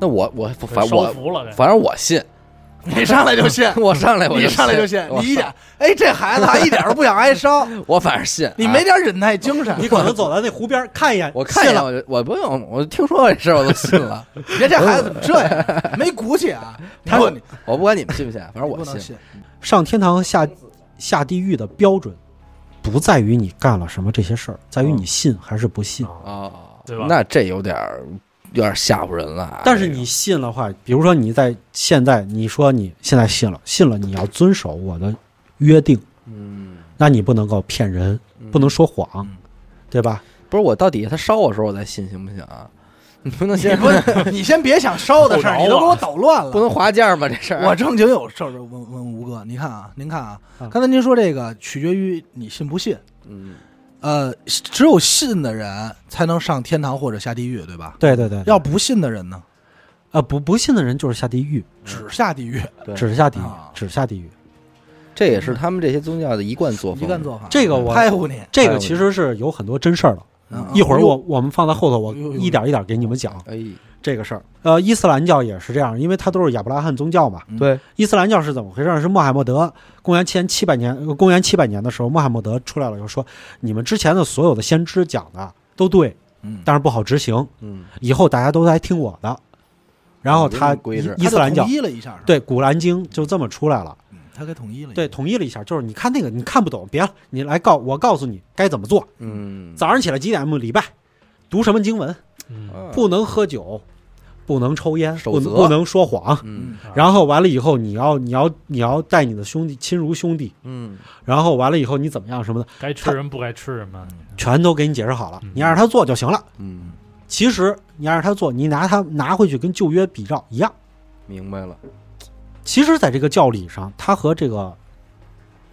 A: 那我我反
C: 烧
A: 我
C: 服了，
A: 反正我信，
B: 你上来 就信，
A: 我上来我
B: 你上哎来就信，
A: 我
B: 你一点哎，这孩子还一点都不想挨烧，
A: 我反正信，
B: 你
A: 啊
B: 没点忍耐精神，
D: 你可能走到那湖边儿看一眼，
A: 我看一
D: 信
A: 眼
D: 了，
A: 我就我不用，我听说过这事儿我都信 了，
B: 你看这孩子怎么这样，没骨气 啊！
A: 他
B: 不过你
A: 我不管你们信不信，反正
B: 你
A: 我
B: 不能
A: 信。
B: 信，
D: 上天堂和下下地狱的标准，不在于你干了什么这些事儿，在
A: 嗯
D: 于你信还是不信。
C: 啊
A: 哦，
C: 对吧
A: 那这有点儿有点吓唬人了啊。
D: 但是
A: 这个
D: 你信的话，比如说你在现在，你说你现在信了，信了，你要遵守我的约定，
A: 嗯，
D: 那你不能够骗人，不能说谎
B: 嗯，
D: 对吧？
A: 不是我到底他烧我时候我再信行不行啊？你不能
B: 你
A: 先
B: 不 能，你先别想烧的事儿，
C: 不着啊
B: 你都给我捣乱了。
A: 不能划价吗？这事儿
B: 我正经有事儿问问吴哥，你看啊，您看啊
D: 嗯，
B: 刚才您说这个取决于你信不信，
A: 嗯
B: 呃，只有信的人才能上天堂或者下地狱，对吧？
D: 对对对，
B: 要不信的人呢，
D: 啊不不信的人就是下地狱，
B: 只下地狱，
A: 对
D: 只下地狱
B: 啊，
D: 只下地狱。
A: 这也是他们这些宗教的一贯作风。
B: 一贯做法。嗯
D: 这个我
B: 拍唬你，
D: 这个其实是有很多真事儿的，
A: 啊
B: 嗯
D: 一会儿我我们放在后头，我
B: 哎呦
D: 一点一点给你们讲
A: 哎，
D: 这个事儿。呃，伊斯兰教也是这样，因为它都是亚伯拉罕宗教嘛，
A: 对，
D: 伊斯兰教是怎么回事？是穆罕默德公元前七百年，呃公元七百年的时候，穆罕默德出来了，就说你们之前的所有的先知讲的都对，
B: 嗯
D: 但是不好执行，
A: 嗯
D: 以后大家都来听我的。然后
A: 有这
D: 他
A: 种规制
D: 伊伊斯兰
B: 嗯他就
D: 教
B: 统一了一下，是吧，
D: 对《古兰经》就这么出来了，
B: 嗯他给统一
A: 哎
B: 了一下，
D: 对，统一了一下，就是你看那个你看不懂，别了，你来告我告诉你该怎么做。
A: 嗯，
D: 早上起来几点礼拜，读什么经文，
C: 嗯，
A: 啊
D: 不能喝酒，不能抽烟，
A: 守
D: 不能
A: 则
D: 不能说谎。
A: 嗯
D: 然后完了以后，你要你要你要带你的兄弟亲如兄弟，
A: 嗯
D: 然后完了以后你怎么样什么的，
C: 该吃人不该吃人嘛，
D: 全都给你解释好了
C: 嗯，
D: 你按着他做就行了。
A: 嗯，
D: 其实你按着他做，你拿他拿回去跟旧约比照一样。
A: 明白了。
D: 其实，在这个教理上，它和这个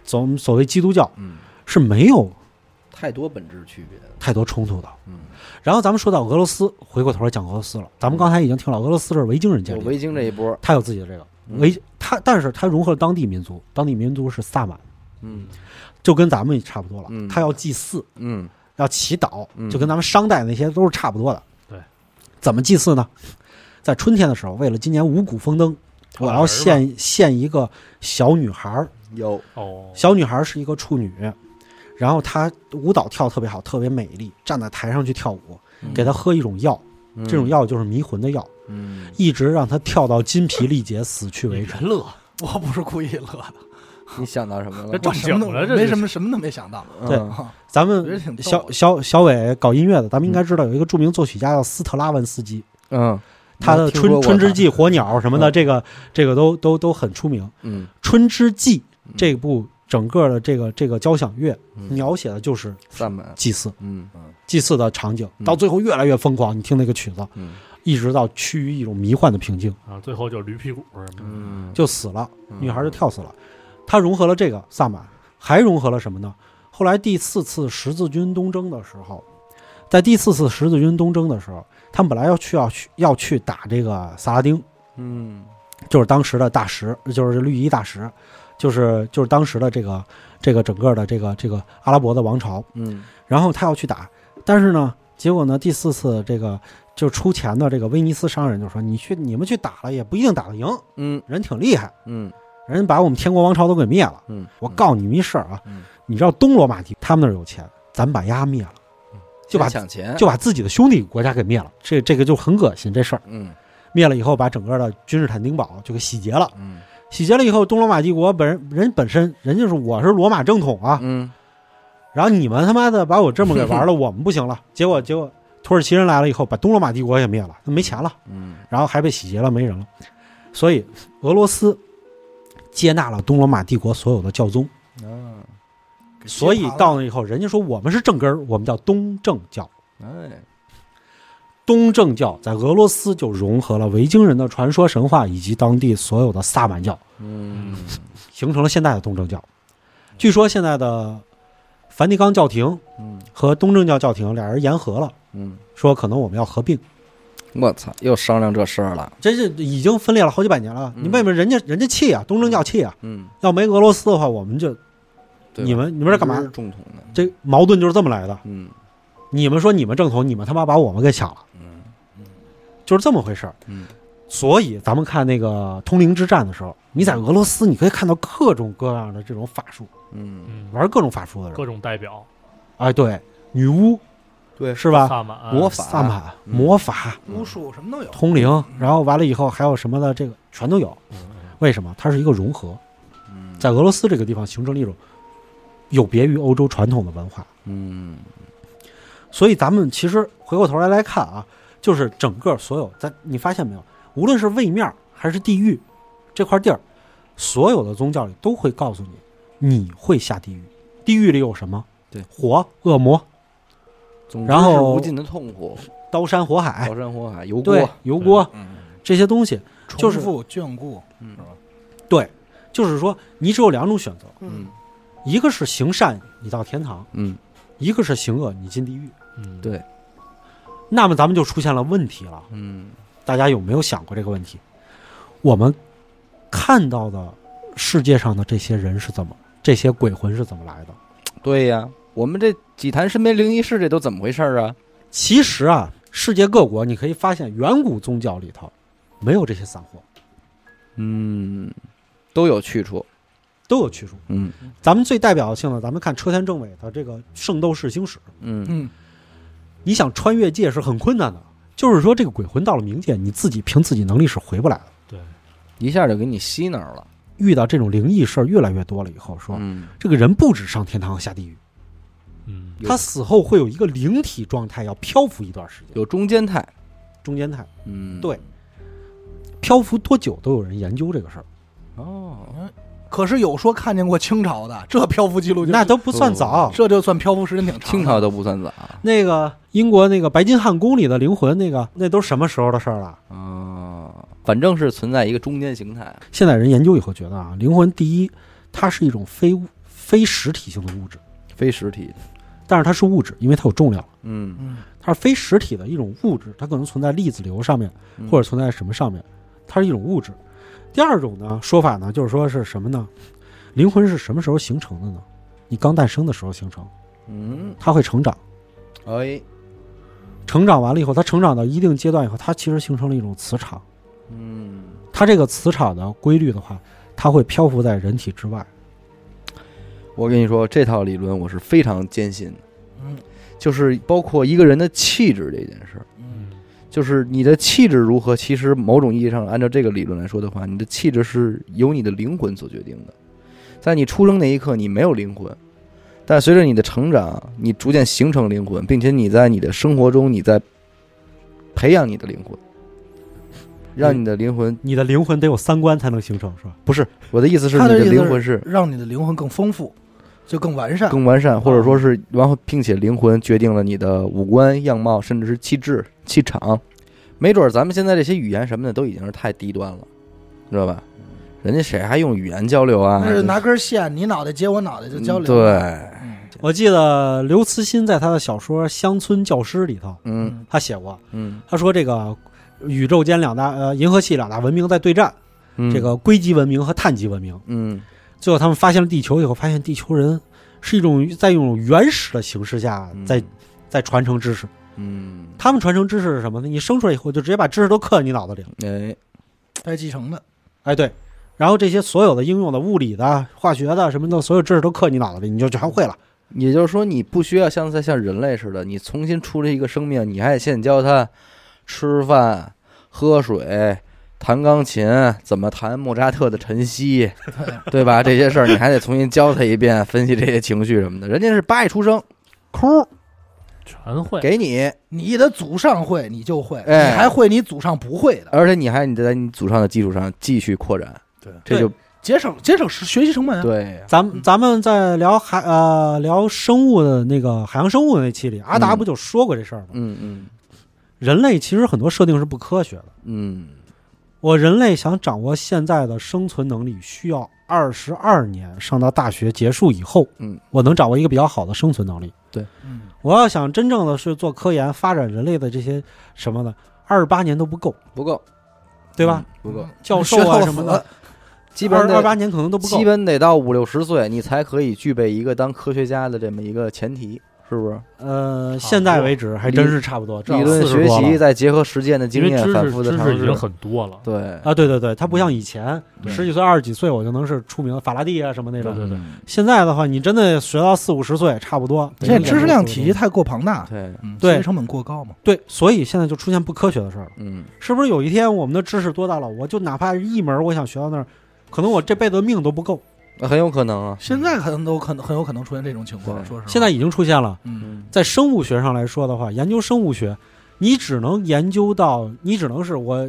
D: 所所谓基督教
A: 嗯，
D: 是没有
A: 太多本质区别了。
D: 太多冲突的。
A: 嗯，
D: 然后咱们说到俄罗斯，回过头来讲俄罗斯了。咱们刚才已经听了，俄罗斯是维京人建
A: 有
D: 立的，
A: 维京这一波，
D: 他有自己的这个
A: 嗯
D: 维他，但是他融合了当地民族，当地民族是萨满，
A: 嗯
D: 就跟咱们差不多了
A: 嗯。
D: 他要祭祀，
A: 嗯
D: 要祈祷
A: 嗯，
D: 就跟咱们商代那些都是差不多的。
C: 对，
D: 怎么祭祀呢？在春天的时候，为了今年五谷丰登，我
C: 好
D: 要
C: 玩是吧
D: 献献一个小女孩儿，
A: 有
C: 哦，
D: 小女孩是一个处女，然后她舞蹈跳得特别好，特别美丽，站在台上去跳舞，
B: 嗯
D: 给她喝一种药，这种，药就是迷魂的药，
A: 嗯，
D: 一直让她跳到筋疲力竭、死去为止。
B: 人乐，我不是故意乐的，
A: 你想到什么了
C: 这？
B: 我什么都
C: 正经了这
B: 没
C: 是
B: 什么什么都没想到，
D: 对
A: 嗯
B: 啊
D: 咱
B: 我觉得
D: 们
B: 挺逗
D: 小
B: 的
D: 小小伟搞音乐的，咱们应该知道有一个著名作曲家叫斯特拉文斯基，
A: 嗯，
D: 他的《
A: 听说
D: 春
A: 过
D: 春之
A: 他，
D: 祭》《火鸟》什么的，
A: 嗯
D: 这个这个都都都很出名。《
A: 嗯，
D: 春之祭》这部整个的这个这个交响乐
A: 嗯
D: 描写的就是
A: 散满，
D: 祭祀，
A: 嗯
D: 祭祀的场景，
A: 嗯
D: 到最后越来越疯狂。你听那个曲子，
A: 嗯
D: 一直到趋于一种迷幻的平静，
C: 啊，最后就驴屁股什么
A: 嗯，
D: 就死了，
A: 嗯
D: 女孩就跳死了。他融合了这个萨满，还融合了什么呢？后来第四次十字军东征的时候，在第四次十字军东征的时候，他们本来要去要去要去打这个萨拉丁，
A: 嗯
D: 就是当时的大食，就是绿衣大食，就是就是当时的这个这个整个的这个这个阿拉伯的王朝。
A: 嗯
D: 然后他要去打，但是呢，结果呢，第四次这个就出钱的这个威尼斯商人就说：“你去，你们去打了也不一定打得赢，
A: 嗯
D: 人挺厉害，
A: 嗯
D: 人把我们天国王朝都给灭了。
A: 嗯，
D: 我告诉你们一事儿啊，
A: 嗯
D: 你知道东罗马帝他们那儿有钱，咱把丫灭了，就把
A: 先抢钱，
D: 就把自己的兄弟国家给灭了，这这个就很恶心这事儿。
A: 嗯
D: 灭了以后，把整个的君士坦丁堡就给洗劫了，
A: 嗯
D: 洗劫了以后，东罗马帝国本人人本身人就是我是罗马正统啊，
A: 嗯
D: 然后你们他妈的把我这么给 玩了，我们不行了。结果结果土耳其人来了以后，把东罗马帝国也灭了，那没钱了，
A: 嗯
D: 然后还被洗劫了，没人了。所以俄罗斯接纳了东罗马帝国所有的教宗，
A: 嗯，
B: 给
D: 所以
B: 接盘
D: 到
B: 了
D: 那以后，人家说我们是正根儿，我们叫东正教。
A: 哎，
D: 东正教在俄罗斯就融合了维京人的传说神话以及当地所有的萨满教，
A: 嗯
D: 形成了现在的东正教。据说现在的梵蒂冈教廷
A: 嗯
D: 和东正教教廷俩人言和了，
A: 嗯，
D: 说可能我们要合并。
A: 我操，又商量这事儿了，
D: 真是已经分裂了好几百年了。
A: 嗯
D: 你为什么人家人家气啊？东正教气啊！
A: 嗯，
D: 要没俄罗斯的话，我们就
A: 对吧嗯
D: 你们你们这干
A: 一直
D: 嘛
A: 是？正统的，
D: 这矛盾就是这么来的。
A: 嗯
D: 你们说你们正统，你们他妈把我们给抢了，
A: 嗯
D: 就是这么回事儿。
A: 嗯
D: 所以咱们看那个《通灵之战》的时候，你在俄罗斯你可以看到各种各样的这种法术，
A: 嗯，
C: 嗯，
D: 玩各种法术的
C: 各
D: 人。
C: 种代表
D: 哎，对，女巫
A: 对，
D: 是吧？
C: 萨满
A: 魔法
D: 萨满、
A: 嗯
D: 魔法、
B: 巫术什么都有，嗯
D: 通灵，然后完了以后还有什么的，这个全都有。
A: 嗯
D: 为什么？它是一个融合，在俄罗斯这个地方形成了一种有别于欧洲传统的文化。
A: 嗯
D: 所以咱们其实回过头来来看啊，就是整个所有咱你发现没有，无论是位面儿还是地狱这块地儿，所有的宗教里都会告诉你，你会下地狱。地狱里有什么？
A: 对，
D: 火、恶魔、
A: 总之
D: 然
A: 是
D: 后
A: 无尽的痛苦，
D: 刀山火海
A: 高，山火海，油锅，
D: 对，油锅
B: 嗯，
D: 这些东西，就是
B: 重复眷顾，
A: 嗯
D: 对，就是说你只有两种选择，
A: 嗯
D: 一个是行善，你到天堂。
A: 嗯
D: 一个是行恶，你进地狱。
C: 嗯，
A: 对
D: 那么咱们就出现了问题了，
A: 嗯
D: 大家有没有想过这个问题？我们看到的世界上的这些人是怎么，这些鬼魂是怎么来的？
A: 对呀，我们这几坛身边灵异事这都怎么回事儿啊？
D: 其实啊，世界各国你可以发现，远古宗教里头没有这些散货，
A: 嗯，都有去处，
D: 都有去处。
A: 嗯
D: 咱们最代表性的，咱们看车田正伟的这个《圣斗士星矢》，
A: 嗯
B: 嗯，
D: 你想穿越界是很困难的。就是说，这个鬼魂到了冥界，你自己凭自己能力是回不来的。
C: 对，
A: 一下就给你吸那儿了，
D: 遇到这种灵异事儿越来越多了以后，说、
A: 嗯，
D: 这个人不止上天堂下地狱，
C: 嗯，
A: 有
D: 他死后会有一个灵体状态，要漂浮一段时间，
A: 有中间态，
D: 中间态。
A: 嗯，
D: 对，漂浮多久都有人研究这个事儿，
A: 哦，
B: 可是有说看见过清朝的，这漂浮记录就
D: 那都不算早。
B: 这就算漂浮时间挺长的，
A: 清朝都不算早，啊
D: 那个英国那个白金汉宫里的灵魂，那个那都什么时候的事儿了？
A: 哦，反正是存在一个中间形态，
D: 现在人研究以后觉得啊，灵魂第一，它是一种非物非实体性的物质，
A: 非实体的，
D: 但是它是物质，因为它有重量，
A: 嗯，
B: 嗯，
D: 它是非实体的一种物质，它可能存在粒子流上面，
A: 嗯
D: 或者存在什么上面，它是一种物质。第二种呢说法呢，就是说是什么呢？灵魂是什么时候形成的呢？你刚诞生的时候形成，
A: 嗯，
D: 它会成长，
A: 哎，
D: 成长完了以后，它成长到一定阶段以后，它其实形成了一种磁场。
A: 嗯，
D: 它这个磁场的规律的话，它会漂浮在人体之外。
A: 我跟你说，这套理论我是非常坚信的，
B: 嗯
A: 就是包括一个人的气质这件事儿，
B: 嗯
A: 就是你的气质如何，其实某种意义上按照这个理论来说的话，你的气质是由你的灵魂所决定的。在你出生那一刻，你没有灵魂，但随着你的成长，你逐渐形成灵魂，并且你在你的生活中，你在培养你的灵魂，让你的灵魂
D: 你的灵魂得有三观才能形成，是吧？
A: 不是我的意思是
B: 他
A: 你
B: 的
A: 的
B: 意思
A: 灵魂是
B: 让你的灵魂更丰富，就更完善。
A: 更完善，或者说是然后，并且灵魂决定了你的五官、样貌，甚至是气质、气场。没准儿咱们现在这些语言什么的都已经是太低端了，知道吧？人家谁还用语言交流啊？
B: 那是拿根线，你脑袋接我脑袋就交流。
A: 对，
B: 嗯，
D: 我记得刘慈欣在他的小说《乡村教师》里头，
A: 嗯
D: 他写过，
A: 嗯
D: 他说这个宇宙间两大呃银河系两大文明在对战，
A: 嗯，
D: 这个硅基文明和碳基文明。
A: 嗯
D: 最后他们发现了地球以后，发现地球人是一种在一种原始的形式下
A: 嗯
D: 在、在传承知识。
A: 嗯，
D: 他们传承知识是什么呢？你生出来以后就直接把知识都刻在你脑子里了。
A: 哎，
B: 带继承的。
D: 哎，对，然后这些所有的应用的物理的、化学的什么的，所有知识都刻你脑子里，你就全会了。
A: 也就是说，你不需要像在像人类似的，你重新出了一个生命，你还得先教他吃饭、喝水、弹钢琴，怎么弹莫扎特的《晨 曦》，对吧？这些事儿你还得重新教他一遍，分析这些情绪什么的。人家是八一出生，哭
C: 全会。
A: 给你，
B: 你的祖上会，你就会；
A: 哎
B: 你还会你祖上不会的，
A: 而且你还你在你祖上的基础上继续扩展，
B: 对
A: 这就
B: 节省节省学习成本啊。
A: 对呀
D: 咱们咱们在聊海呃聊生物的那个海洋生物的那期里，阿达
A: 嗯
D: 不就说过这事儿吗？
A: 嗯嗯
D: 人类其实很多设定是不科学的。
A: 嗯
D: 我人类想掌握现在的生存能力，需要二十二年上到大学结束以后，
A: 嗯，
D: 我能掌握一个比较好的生存能力。
B: 嗯，
D: 我要想真正的是做科研，发展人类的这些什么的，二十八年都不够，
A: 不够，
D: 对吧？
A: 嗯？不够，
D: 教授啊什么的，
A: 基本
D: 二
A: 得
D: 二八年可能都不够
A: 基。本得到五六十岁，你才可以具备一个当科学家的这么一个前提，是不是？
D: 呃，现在为止还真是差不多，至少
A: 理论
D: 40
A: 学
D: 多了
A: 习再结合实践的
C: 因
A: 经
C: 为
A: 验
C: 知，
A: 反
C: 识
A: 复的
C: 知
A: 尝
C: 识已
A: 试
C: 经。很多了，
A: 对，
D: 啊，对对对，它不
A: 嗯
D: 像以前
C: 对
D: 十几岁、二十几岁我就能是出名法拉第啊什么那
C: 对
D: 种。
C: 对对，
D: 现在的话，你真的学到四五十岁差不多，
B: 现在知识量体系太过庞大，
A: 对，
B: 嗯，
D: 对
B: 学习成本过高嘛。
D: 对，所以现在就出现不科学的事儿了。
A: 嗯，
D: 是不是有一天我们的知识多大了，我就哪怕是一门儿我想学到那儿，可能我这辈子的命都不够。
A: 很有可能啊。
B: 现在可能都可能很有可能出现这种情况，
A: 对
B: 说实话。
D: 现在已经出现了，
B: 嗯，？
D: 在生物学上来说的话，研究生物学，你只能研究到，你只能是我，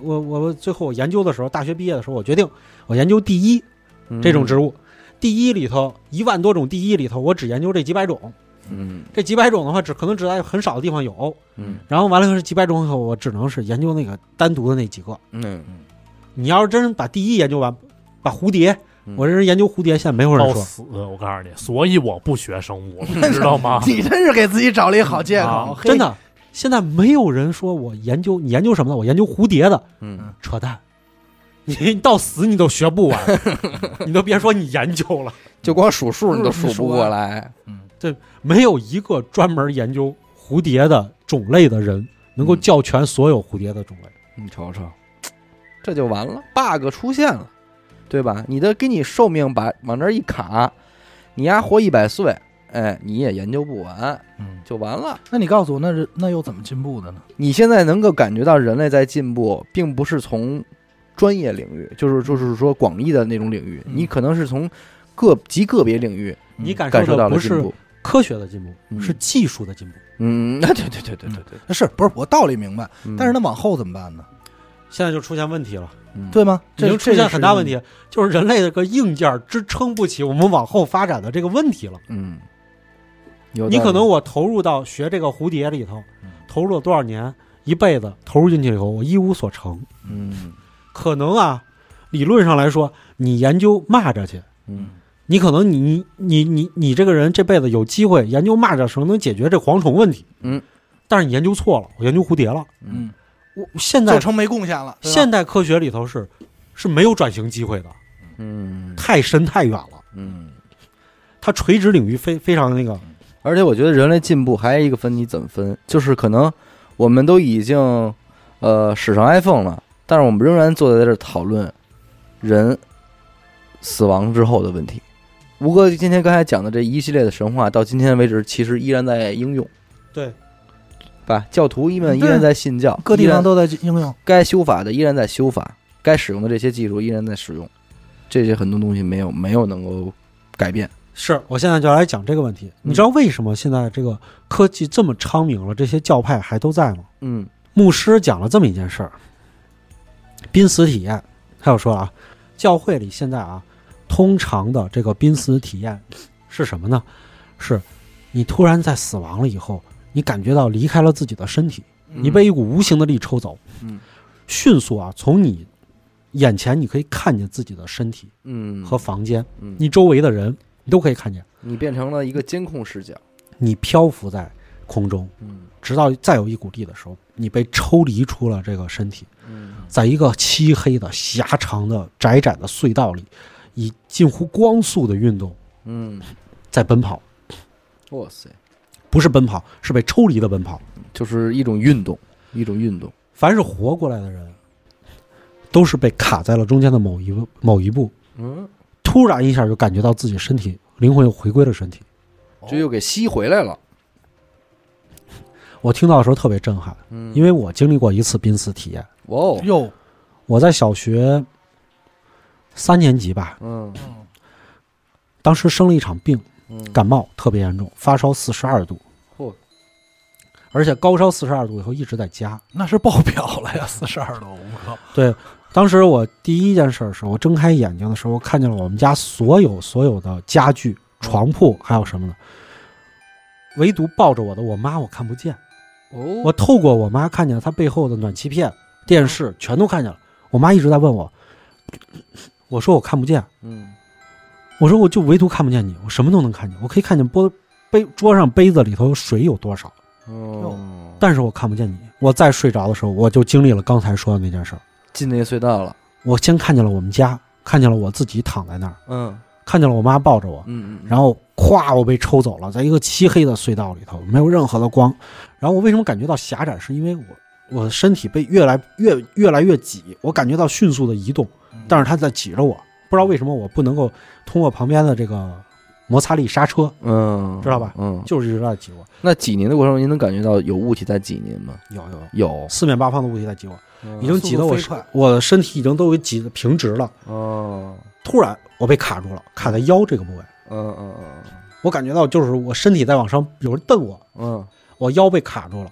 D: 我我最后我研究的时候，大学毕业的时候，我决定我研究第一
A: 嗯
D: 这种植，物，第一里头一万多种第一里头，我只研究这几百种，
A: 嗯
D: 这几百种的话，只可能只在很少的地方有，
A: 嗯
D: 然后完了以后是几百种以后，我只能是研究那个单独的那几个。
A: 嗯，
D: 你要是真把第一研究完，把蝴蝶
A: 嗯，
D: 我这人研究蝴蝶，现在没有人
C: 到
D: 说。
C: 死，我告诉你，所以我不学生物，你知道吗
B: 你真是给自己找了一好借口
C: 啊，
B: 嘿
D: 啊真。的，现在没有人说我研究你研究什么的，我研究蝴蝶的，
A: 嗯
D: 扯淡。你你到死你都 学不完，你都别说你研究了，
A: 就光数数你都数不过来。
D: 没有一个专门研究蝴蝶的种类的人能够
A: 嗯
D: 教全所有蝴蝶的种类。
A: 你嗯瞅瞅，这就完了，bug 出现了，对吧？你的给你寿命把往那儿一卡，你丫活一百岁，哎，你也研究不完，
B: 嗯，
A: 就完了。
B: 那你告诉我，那是那又怎么进步的呢？
A: 你现在能够感觉到人类在进步，并不是从专业领域，就是就是说广义的那种领域，
B: 嗯
A: 你可能是从个极个别领域
B: 嗯
D: 你感
A: 感
D: 受
A: 受
D: 的
A: 了
D: 不
A: 进
D: 是
A: 步。
D: 科学的进步，
A: 嗯
D: 是技术的进步。
A: 嗯， 那对对对对对对。
B: 呃是不是我道理明白？
A: 嗯
B: 但是那往后怎么办呢？
D: 现在就出现问题了，
A: 嗯
B: 对吗？
D: 已
B: 这
D: 经出现很大问。
B: 这
D: 题，就是人类的个硬件支撑不起我们往后发展的这个问题了。
A: 嗯，有
D: 你
A: 道
D: 可能
A: 理
D: 我投入到学这个蝴蝶里头，投入了多少年，一辈子投入进去以后，我一无所成。
A: 嗯
D: 可能啊，理论上来说，你研究蚂蚱去，
A: 嗯
D: 你可能你你你你你这个人这辈子有机会研究蚂蚱的时候能解决这蝗虫问题，
A: 嗯，
D: 但是你研究错了，我研究蝴蝶了。
A: 嗯
D: 我现
B: 就
D: 在
B: 成没贡献了。对吧啊
D: 现代科学里头是是没有转型机会的，
A: 嗯
D: 太深太远了，
A: 嗯
D: 它垂直领域非非常那个
A: 而且我觉得人类进步还有一个分，你怎么分？就是可能我们都已经呃使上 iPhone 了，但是我们仍然坐在这儿讨论人死亡之后的问题。吴哥今天刚才讲的这一系列的神话，到今天为止其实依然在应用，
D: 对
A: 吧？教徒们依
B: 对
A: 然在信教，
B: 各地
A: 依然
B: 方都在应用。
A: 该修法的依然在修法，该使用的这些技术依然在使用，这些很多东西没有没有能够改变。
D: 是我现在就来讲这个问题。你知
A: 嗯
D: 道为什么现在这个科技这么昌明了，这些教派还都在吗？
A: 嗯
D: 牧师讲了这么一件事儿：濒死体验。他又说了啊，教会里现在啊，通常的这个濒死体验是什么呢？是你突然在死亡了以后，你感觉到离开了自己的身体，你被一股无形的力抽走，
A: 嗯，
D: 迅速啊，从你眼前你可以看见自己的身体
A: 嗯
D: 和房间，
A: 嗯
D: 你周围的人你都可以看见，
A: 你变成了一个监控视角。
D: 你漂浮在空中，
A: 嗯
D: 直到再有一股力的时候，你被抽离出了这个身体，
A: 嗯
D: 在一个漆黑的、狭长的、窄窄的隧道里，以近乎光速的运动
A: 嗯，
D: 在奔跑，
A: 哇塞，
D: 不是奔跑，是被抽离的奔跑。
A: 就是一种运动，一种运动。
D: 凡是活过来的人，都是被卡在了中间的某一步某一步，
A: 嗯，
D: 突然一下就感觉到自己身体灵魂又回归了身体。
A: 这又给吸回来了。
D: 我听到的时候特别震撼，
A: 嗯
D: 因为我经历过一次濒死体验。
A: 哇哦，
B: 哟，
D: 我在小学三年级吧，
A: 嗯
D: 当时生了一场病，
A: 嗯，
D: 感冒特别严重，发烧四十二度，
A: 嚯
D: 而且高烧四十二度以后一直在家。
B: 那是爆表了呀，四十二楼，我靠！
D: 对，当时我第一件事儿是我睁开眼睛的时候，我看见了我们家所有所有的家具、床铺还有什么的，唯独抱着我的我妈我看不见。
A: 哦，
D: 我透过我妈看见了她背后的暖气片、电视全都看见了。我妈一直在问我， 我说我看不见，
A: 嗯
D: 我说我就唯独看不见你，我什么都能看见，我可以看见玻杯桌上杯子里头水有多少，
A: 哦，
D: 但是我看不见你。我再睡着的时候，我就经历了刚才说的那件事儿。
A: 进那个隧道了。
D: 我先看见了我们家，看见了我自己躺在那儿，
A: 嗯
D: 看见了我妈抱着我，
A: 嗯嗯，
D: 然后咵，我被抽走了，在一个漆黑的隧道里头，没有任何的光。然后我为什么感觉到狭窄？是因为我我的身体被越来越越来越挤，我感觉到迅速的移动，但是它在挤着我，不知道为什么我不能够通过旁边的这个摩擦力刹车，
A: 嗯，
D: 知道吧
A: 嗯，
D: 就是一直在挤我，
A: 那挤您的过程中，您能感觉到有物体在挤您吗？嗯
D: 有有有，
A: 有，
D: 四面八方的物体在挤我，已经挤得我
B: 速度飞快
D: 我的身体已经都给挤得平直了。
A: 哦，
D: 突然我被卡住了，卡在腰这个部位，
A: 嗯嗯嗯
D: 我感觉到就是我身体在往上，有人蹬我，
A: 嗯
D: 我腰被卡住了，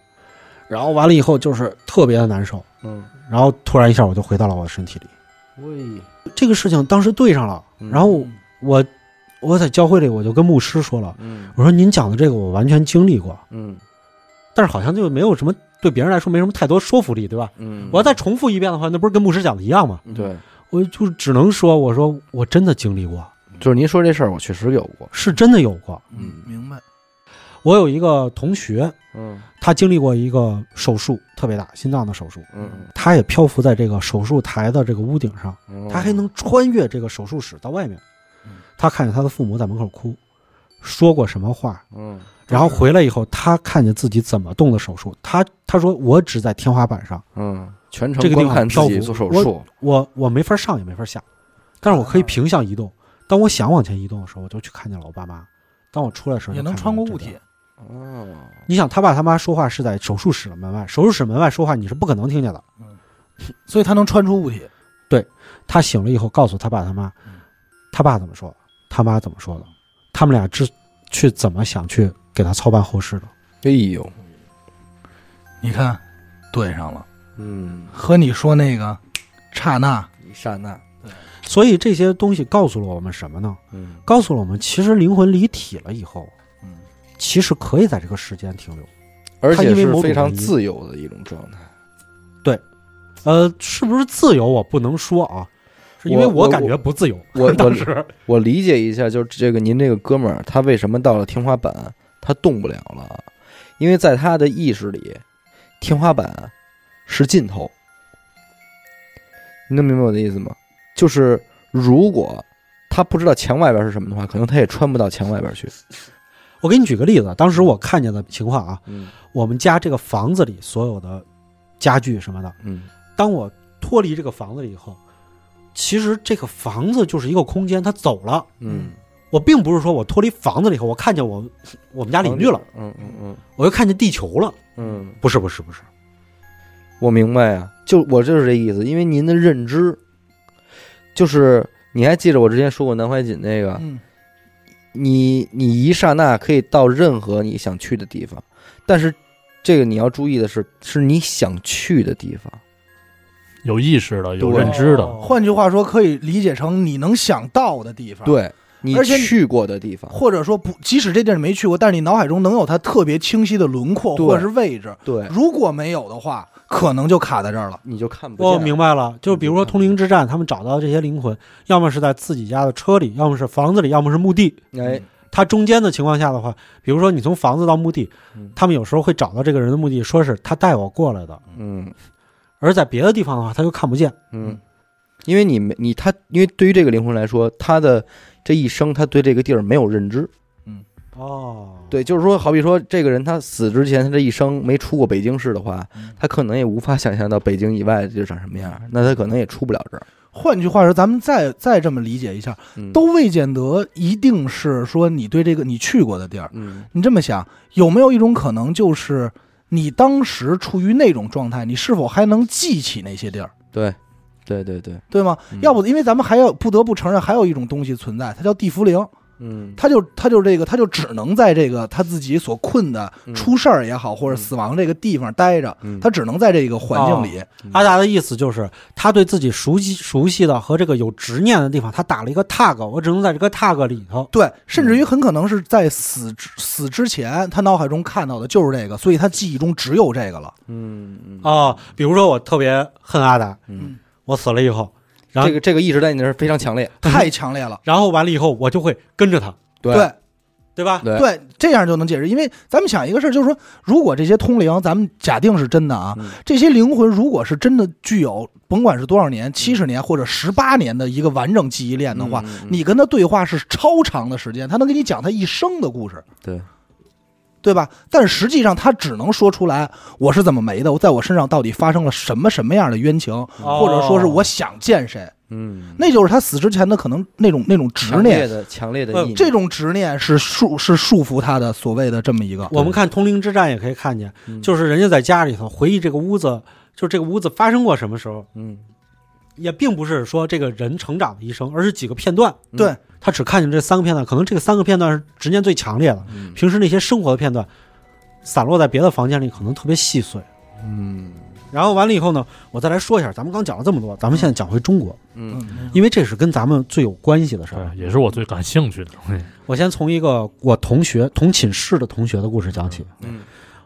D: 然后完了以后就是特别的难受，
A: 嗯
D: 然后突然一下我就回到了我的身体里。
A: 嗯，
D: 这个事情当时对上了，
A: 嗯
D: 然后我我在教会里我就跟牧师说了，
A: 嗯
D: 我说您讲的这个我完全经历过，
A: 嗯
D: 但是好像就没有什么对别人来说没什么太多说服力，对吧？
A: 嗯，
D: 我要再重复一遍的话，那不是跟牧师讲的一样吗？
A: 对，
D: 我就只能说，我说我真的经历过，
A: 就是您说这事儿，我确实有过。
D: 是真的有过。
A: 嗯
B: 明白。
D: 我有一个同学，
A: 嗯
D: 他经历过一个手术，特别大，心脏的手术，
A: 嗯，
D: 他也漂浮在这个手术台的这个屋顶上，
A: 嗯
D: 他还能穿越这个手术室到外面。他看见他的父母在门口哭，说过什么话，
A: 嗯
D: 然后回来以后，他看见自己怎么动的手术。他他说我只在天花板上，
A: 嗯，全程
D: 这个地
A: 观
D: 方
A: 看自
D: 漂
A: 己
D: 浮
A: 做手
D: 我
A: 术。
D: 我我没法上也没法下，但是我可以平向移动。当我想往前移动的时候，我就去看见了我爸妈。当我出来的时候，
B: 也能
D: 就看见
B: 穿过
D: 了
B: 物
D: 这个
B: 体。，
A: 哦，
D: 你想，他爸他妈说话是在手术室的门外，手术室门外说话你是不可能听见的。
B: 所以它能穿出物体。
D: 他醒了以后告诉他爸他妈，
B: 嗯
D: 他爸怎么说，他妈怎么说的，他们俩之去怎么想去给他操办后事的。
A: 哎呦，
B: 你看，对上了，
A: 嗯，
B: 和你说那个刹那，
A: 一刹那，
D: 所以这些东西告诉了我们什么呢？
A: 嗯
D: 告诉了我们，其实灵魂离体了以后，
B: 嗯，
D: 其实可以在这个世间停留。
A: 而
D: 他
A: 且
D: 因为
A: 是
D: 某
A: 非
D: 种
A: 常
D: 原因
A: 自由的一种状态。
D: 呃，是不是自由？我不能说啊，是因为
A: 我我
D: 感觉不自由。
A: 我我
D: 当时
A: 我理解一下，就是这个您这个哥们儿，他为什么到了天花板他动不了了？因为在他的意识里，天花板是尽头。你能明白我的意思吗？就是如果他不知道墙外边是什么的话，可能他也穿不到墙外边去。
D: 我给你举个例子，当时我看见的情况啊，
A: 嗯
D: 我们家这个房子里所有的家具什么的，
A: 嗯
D: 当我脱离这个房子了以后，其实这个房子就是一个空间，它走了。
A: 嗯，
D: 我并不是说我脱离房子了以后，我看见我我们家邻居了，，
A: 嗯嗯嗯
D: 我又看见地球了。
A: 嗯，
D: 不是不是不是，
A: 我明白啊，就我就是这意思，因为您的认知，就是你还记着我之前说过南怀瑾那个，
B: 嗯，
A: 你你一刹那可以到任何你想去的地方，但是这个你要注意的是，是你想去的地方。
C: 有意识的，有
A: 对哦
C: 认知的，
D: 哦
B: 换句话说，可以理解成你能想到的地方。，
A: 对你
B: 啊而且你
A: 去过的地方，
B: 或者说不，即使这地儿你没去过，但是你脑海中能有它特别清晰的轮廓
A: 对
B: 或者是位置。
A: 对，
B: 如果没有的话，可能就卡在这儿了。
A: 你就看不见。
D: 我明白了，就是比如说通灵之战，他们找到这些灵魂，要么是在自己家的车里，要么是房子里，要么是墓地。
A: 哎，
D: 它中间的情况下的话，比如说你从房子到墓地
A: 嗯，
D: 他们有时候会找到这个人的墓地，说是他带我过来的，
A: 嗯
D: 而在别的地方的话，他就看不见。
A: 嗯，因为你没你他，因为对于这个灵魂来说，他的这一生他对这个地儿没有认知。
D: 哦，
A: 对，就是说，好比说这个人他死之前，他这一生没出过北京市的话，他可能也无法想象到北京以外就长什么样，那他可能也出不了这儿。
B: 换句话说，咱们再再这么理解一下，
A: 嗯
B: 都未见得一定是说你对这个你去过的地儿。
A: 嗯
B: 你这么想，有没有一种可能就是你当时处于那种状态，你是否还能记起那些地儿，
A: 对，对对对，
B: 对吗？
A: 嗯
B: 要不，因为咱们还要不得不承认，还有一种东西存在，它叫地茯苓，
A: 嗯，
B: 它就它就这个，它就只能在这个他自己所困的
A: 嗯
B: 出事儿也好，或者死亡这个地方待着，
A: 嗯
B: 它只能在这个环境里。
D: 阿达的意思就是，他对自己熟悉熟悉的和这个有执念的地方，他打了一个 tag，我只能在这个 tag 里头。
B: 对，
A: 嗯
B: 甚至于很可能是在死之死之前，他脑海中看到的就是这个，所以他记忆中只有这个了。
A: 嗯嗯
D: 哦，比如说我特别恨阿达，
A: 嗯，
D: 我死了以后，然后
A: 这个这个意识在你那儿非常强烈。
B: 太强烈了。
D: 然后完了以后，我就会跟着他，
B: 对
D: 对吧？
A: 对
B: 对，这样就能解释。因为咱们想一个事儿，就是说，如果这些通灵，咱们假定是真的啊，
A: 嗯
B: 这些灵魂如果是真的具有，甭管是多少年，七十年或者十八年的一个完整记忆链的话，
A: 嗯嗯嗯嗯
B: 你跟他对话是超长的时间，他能给你讲他一生的故事，
A: 对
B: 对吧？但实际上他只能说出来我是怎么没的，我在我身上到底发生了什么什么样的冤情，
D: 哦
B: 或者说是我想见谁，
A: 嗯，
B: 那就是他死之前的可能那种那种执
A: 强烈
B: 念。
A: 的强烈的
D: 呃
A: 意念
B: 这种执念是束是束缚他的所谓的这么一个，
D: 我们看《通灵之战》也可以看见，
A: 嗯
D: 就是人家在家里头回忆这个屋子，就这个屋子发生过什么时候，
A: 嗯
D: 也并不是说这个人成长的一生，而是几个片段。
B: 对
A: 嗯，
D: 他只看见这三个片段，可能这个三个片段是执念最强烈的，
A: 嗯
D: 平时那些生活的片段散落在别的房间里，可能特别细碎。
A: 嗯
D: 然后完了以后呢，我再来说一下，咱们刚讲了这么多，咱们现在讲回中国，
A: 嗯
B: 嗯，
D: 因为这是跟咱们最有关系的事儿。
C: 对，也是我最感兴趣的东西。
D: 我先从一个我同学同寝室的同学的故事讲起。
A: 嗯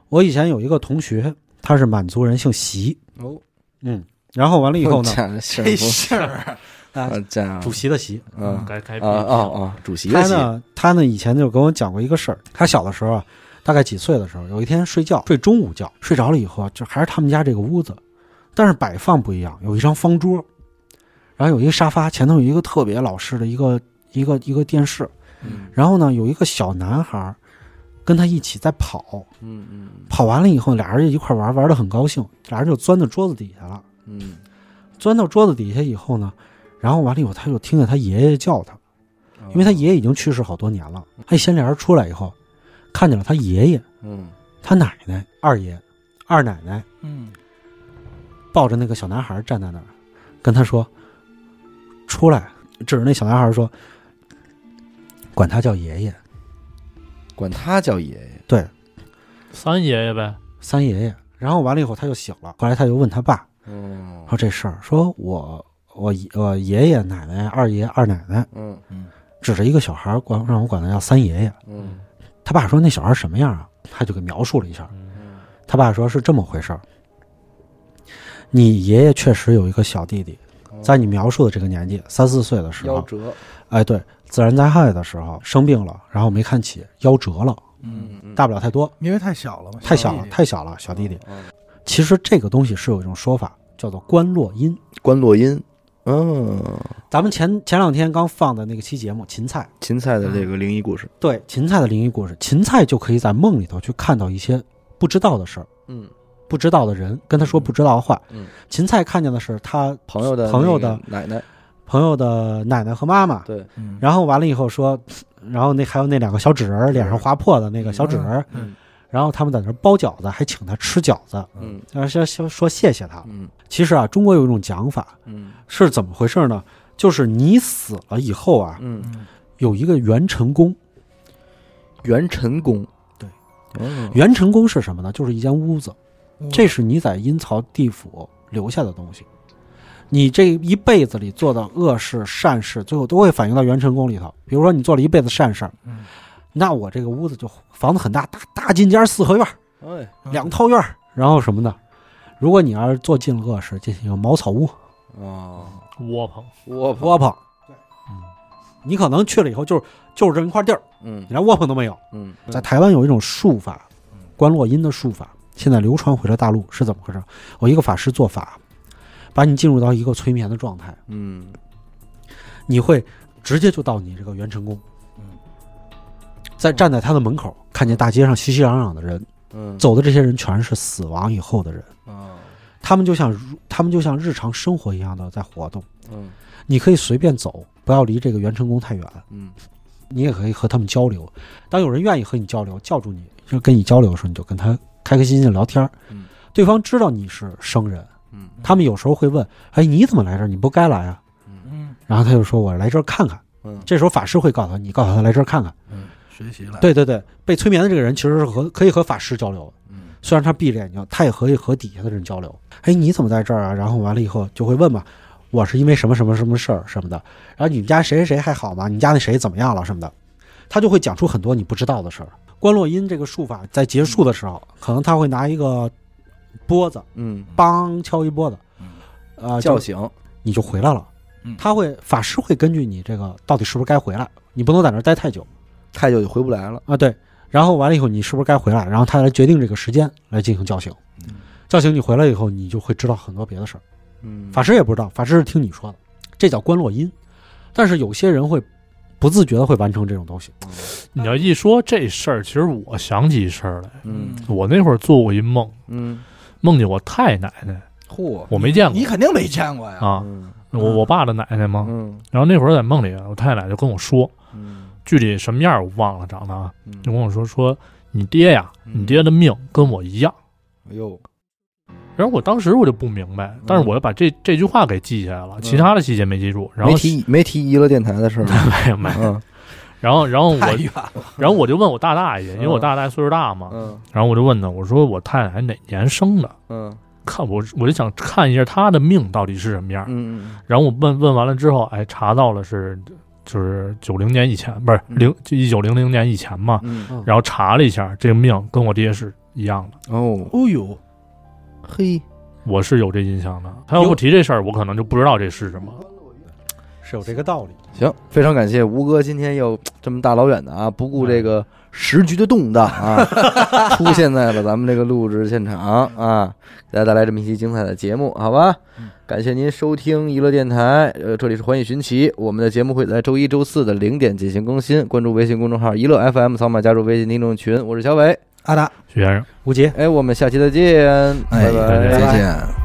D: 我以前有一个同学，他是满族人，姓席，
A: 哦，
D: 嗯，然后完了以后呢，
A: 讲幸
B: 这
A: 福，
B: 事儿，
A: 好家
D: 主
A: 伙，
D: 席的席，
A: 嗯
C: 该开
A: 啊啊啊，主席的
D: 他
A: 席，
D: 呢，他呢以前就跟我讲过一个事儿，他小的时候啊，大概几岁的时候，有一天睡觉睡中午觉，睡着了以后啊，就还是他们家这个屋子，但是摆放不一样，有一张方桌，然后有一个沙发，前头有一个特别老式的一个一个一个电视，
A: 嗯
D: 然后呢有一个小男孩儿跟他一起在跑，
A: 嗯
D: 跑完了以后俩人就一块玩，玩的很高兴，俩人就钻到桌子底下了。
A: 嗯嗯
D: 钻到桌子底下以后呢，然后完了以后，他就听见他爷爷叫他，
A: 嗯，
D: 因为他爷爷已经去世好多年了。他一掀帘儿出来以后，看见了他爷爷、
A: 嗯
D: 他奶奶、二爷、二奶奶
B: 嗯，
D: 抱着那个小男孩站在那儿，跟他说：“出来！”指着那小男孩说：“管他叫爷爷，
A: 管他叫爷爷，
D: 对，
C: 三爷爷呗，
D: 三爷爷。”然后完了以后，他就醒了。后来他就问他爸
A: 嗯
D: 说这事儿，说我我我爷爷奶奶、二爷二奶奶
A: 嗯
D: 指着一个小孩儿管让我管他叫三爷爷。
A: 嗯
D: 他爸说那小孩什么样啊？他就给描述了一下。
A: 嗯
D: 他爸说是这么回事儿：你爷爷确实有一个小弟弟，在你描述的这个年纪，三四岁的时
A: 嗯夭
D: 候，
A: 折，
D: 哎，对，自然灾害的时候生病了，然后没看起，夭折了，
A: 嗯
D: 大不了太多，
B: 因为太小了嘛，
D: 太小了
B: 弟，弟
D: 太小了，小弟弟。
A: 嗯
D: 其实这个东西是有一种说法叫做观落阴，
A: 关洛音，嗯，
D: 咱们前前两天刚放的那个期节目《芹菜》，
A: 芹菜的这个灵异故事，
D: 对芹菜的灵异故事，芹菜就可以在梦里头去看到一些不知道的事儿，
A: 嗯，
D: 不知道的人跟他说不知道的话。
A: 嗯，
D: 芹菜看见的是他
A: 朋友的
D: 朋
A: 那
D: 友
A: 个
D: 的
A: 奶奶，
D: 朋友的奶奶和妈妈，
A: 对，
B: 嗯
D: 然后完了以后说， 然后那还有那两个小纸人脸上划破的那个小纸人，
A: 嗯
D: 然后他们在那儿包饺子，还请他吃饺子，
A: 嗯
D: 然后说说说谢谢他。
A: 嗯
D: 其实啊，中国有一种讲法
A: 嗯
D: 是怎么回事呢？就是你死了以后啊，
A: 嗯，
D: 有一个元辰宫。
A: 元辰宫，
D: 对，
A: 哦，
D: 元辰宫是什么呢？就是一间屋子，这是你在阴曹地府留下的东西。你这一辈子里做的恶事、善事，最后都会反映到元辰宫里头。比如说，你做了一辈子善事儿，
B: 嗯
D: 那我这个屋子就房子很大，大大进间儿四合院儿，
A: 哎，
B: 嗯
D: 两套院儿，然后什么的。如果你要是做尽了恶事，进行茅草屋、
A: 哦，
C: 窝棚，
A: 我
D: 窝棚，
C: 嗯，
D: 你可能去了以后就是就是这么一块地儿，
A: 嗯
D: 你连窝棚都没有。
A: 嗯
D: 在台湾有一种术法，观落阴的术法，现在流传回了大陆，是怎么回事？我一个法师做法，把你进入到一个催眠的状态，
A: 嗯，
D: 你会直接就到你这个元辰宫，
B: 嗯，
D: 在站在他的门口，看见大街上熙熙攘攘的人，
A: 嗯，
D: 走的这些人全是死亡以后的人，
A: 啊，
D: 他们就像如他们就像日常生活一样的在活动，
A: 嗯
D: 你可以随便走，不要离这个元辰宫太远，
A: 嗯
D: 你也可以和他们交流。当有人愿意和你交流，叫住你，就跟你交流的时候，你就跟他开开心心的聊天儿。
A: 嗯
D: 对方知道你是生人，
A: 嗯
D: 他们有时候会问：“哎，你怎么来这儿？你不该来啊
B: 嗯？”
D: 然后他就说：“我来这儿看看。”
A: 嗯，
D: 这时候法师会告诉他：“你告诉他来这儿看看。
B: 学习了”，
A: 哎
D: 对对对，被催眠的这个人其实是和可以和法师交流的，
A: 嗯
D: 虽然他闭着眼睛，他也可以和底下的人交流。哎，你怎么在这儿啊？然后完了以后就会问嘛，我是因为什么什么什么事儿什么的。然后你们家谁谁谁还好吗？你们家那谁怎么样了什么的，他就会讲出很多你不知道的事儿。观落阴这个术法在结束的时候，可能他会拿一个钵子，
A: 嗯，
D: 梆敲一波子，呃，
A: 叫
D: 就
A: 醒，
D: 你就回来了
B: 嗯。
D: 他会法师会根据你这个到底是不是该回来，你不能在那儿待太久
A: 太久就回不来了。
D: 啊。对，然后完了以后你是不是该回来，然后他来决定这个时间来进行叫醒
B: 嗯。
D: 叫醒你回来以后，你就会知道很多别的事儿。
A: 嗯，
D: 法师也不知道，法师是听你说的，这叫观落阴。但是有些人会不自觉的会完成这种东西。
C: 你要一说这事儿，其实我想起一事儿来，
A: 嗯
C: 我那会儿做过一梦，
A: 嗯，
C: 梦见我太奶奶，
A: 嚯，
C: 我没见过
B: 你肯定没见过呀，
C: 啊，
A: 嗯
C: 我我爸的奶奶嘛。
A: 嗯
C: 然后那会儿在梦里啊，我太奶就跟我说，
A: 嗯
C: 具体什么样儿我忘了，长得啊，
A: 嗯
C: 就跟我说说你爹呀，
A: 嗯
C: 你爹的命跟我一样。
A: 哎呦，
C: 然后我当时我就不明白，
A: 嗯
C: 但是我就把这这句话给记下来了，其他的细节没记住。然后
A: 没提没提娱乐电台的事儿吗，
C: 没有没有，
A: 嗯
C: 然后然后我
B: 太远了，
C: 然后我就问我大大爷，因为我
A: 哎嗯
C: 大大爷岁数大嘛，
A: 嗯
C: 然后我就问他，我说我太奶哪年生的？
A: 嗯
C: 看我我就想看一下她的命到底是什么样。
A: 嗯
C: 然后我问问完了之后，哎，查到了是就是九零年以前，不是
A: 嗯
C: 零就一九零零年以前嘛。
A: 嗯嗯，
C: 然后查了一下，这个命跟我爹是一样的，
A: 哦
B: 哦呦，
A: 嘿，
C: 我是有这印象的。他要不提这事儿，我可能就不知道这是什么。
D: 是有这个道理。
A: 行，非常感谢吴哥今天又这么大老远的啊，不顾这个时局的动荡啊，出现在了咱们这个录制现场啊，给大家带来这么一期精彩的节目，好吧？感谢您收听娱乐电台，呃，这里是环宇寻奇，我们的节目会在周一周四的零点进行更新，关注微信公众号“娱乐 FM”，扫码加入微信听众群，我是小伟，
B: 阿达，
C: 徐先生。
D: 吴杰，
A: 哎，我们下期再见，
B: 哎
A: 拜拜，
C: 再
B: 再见。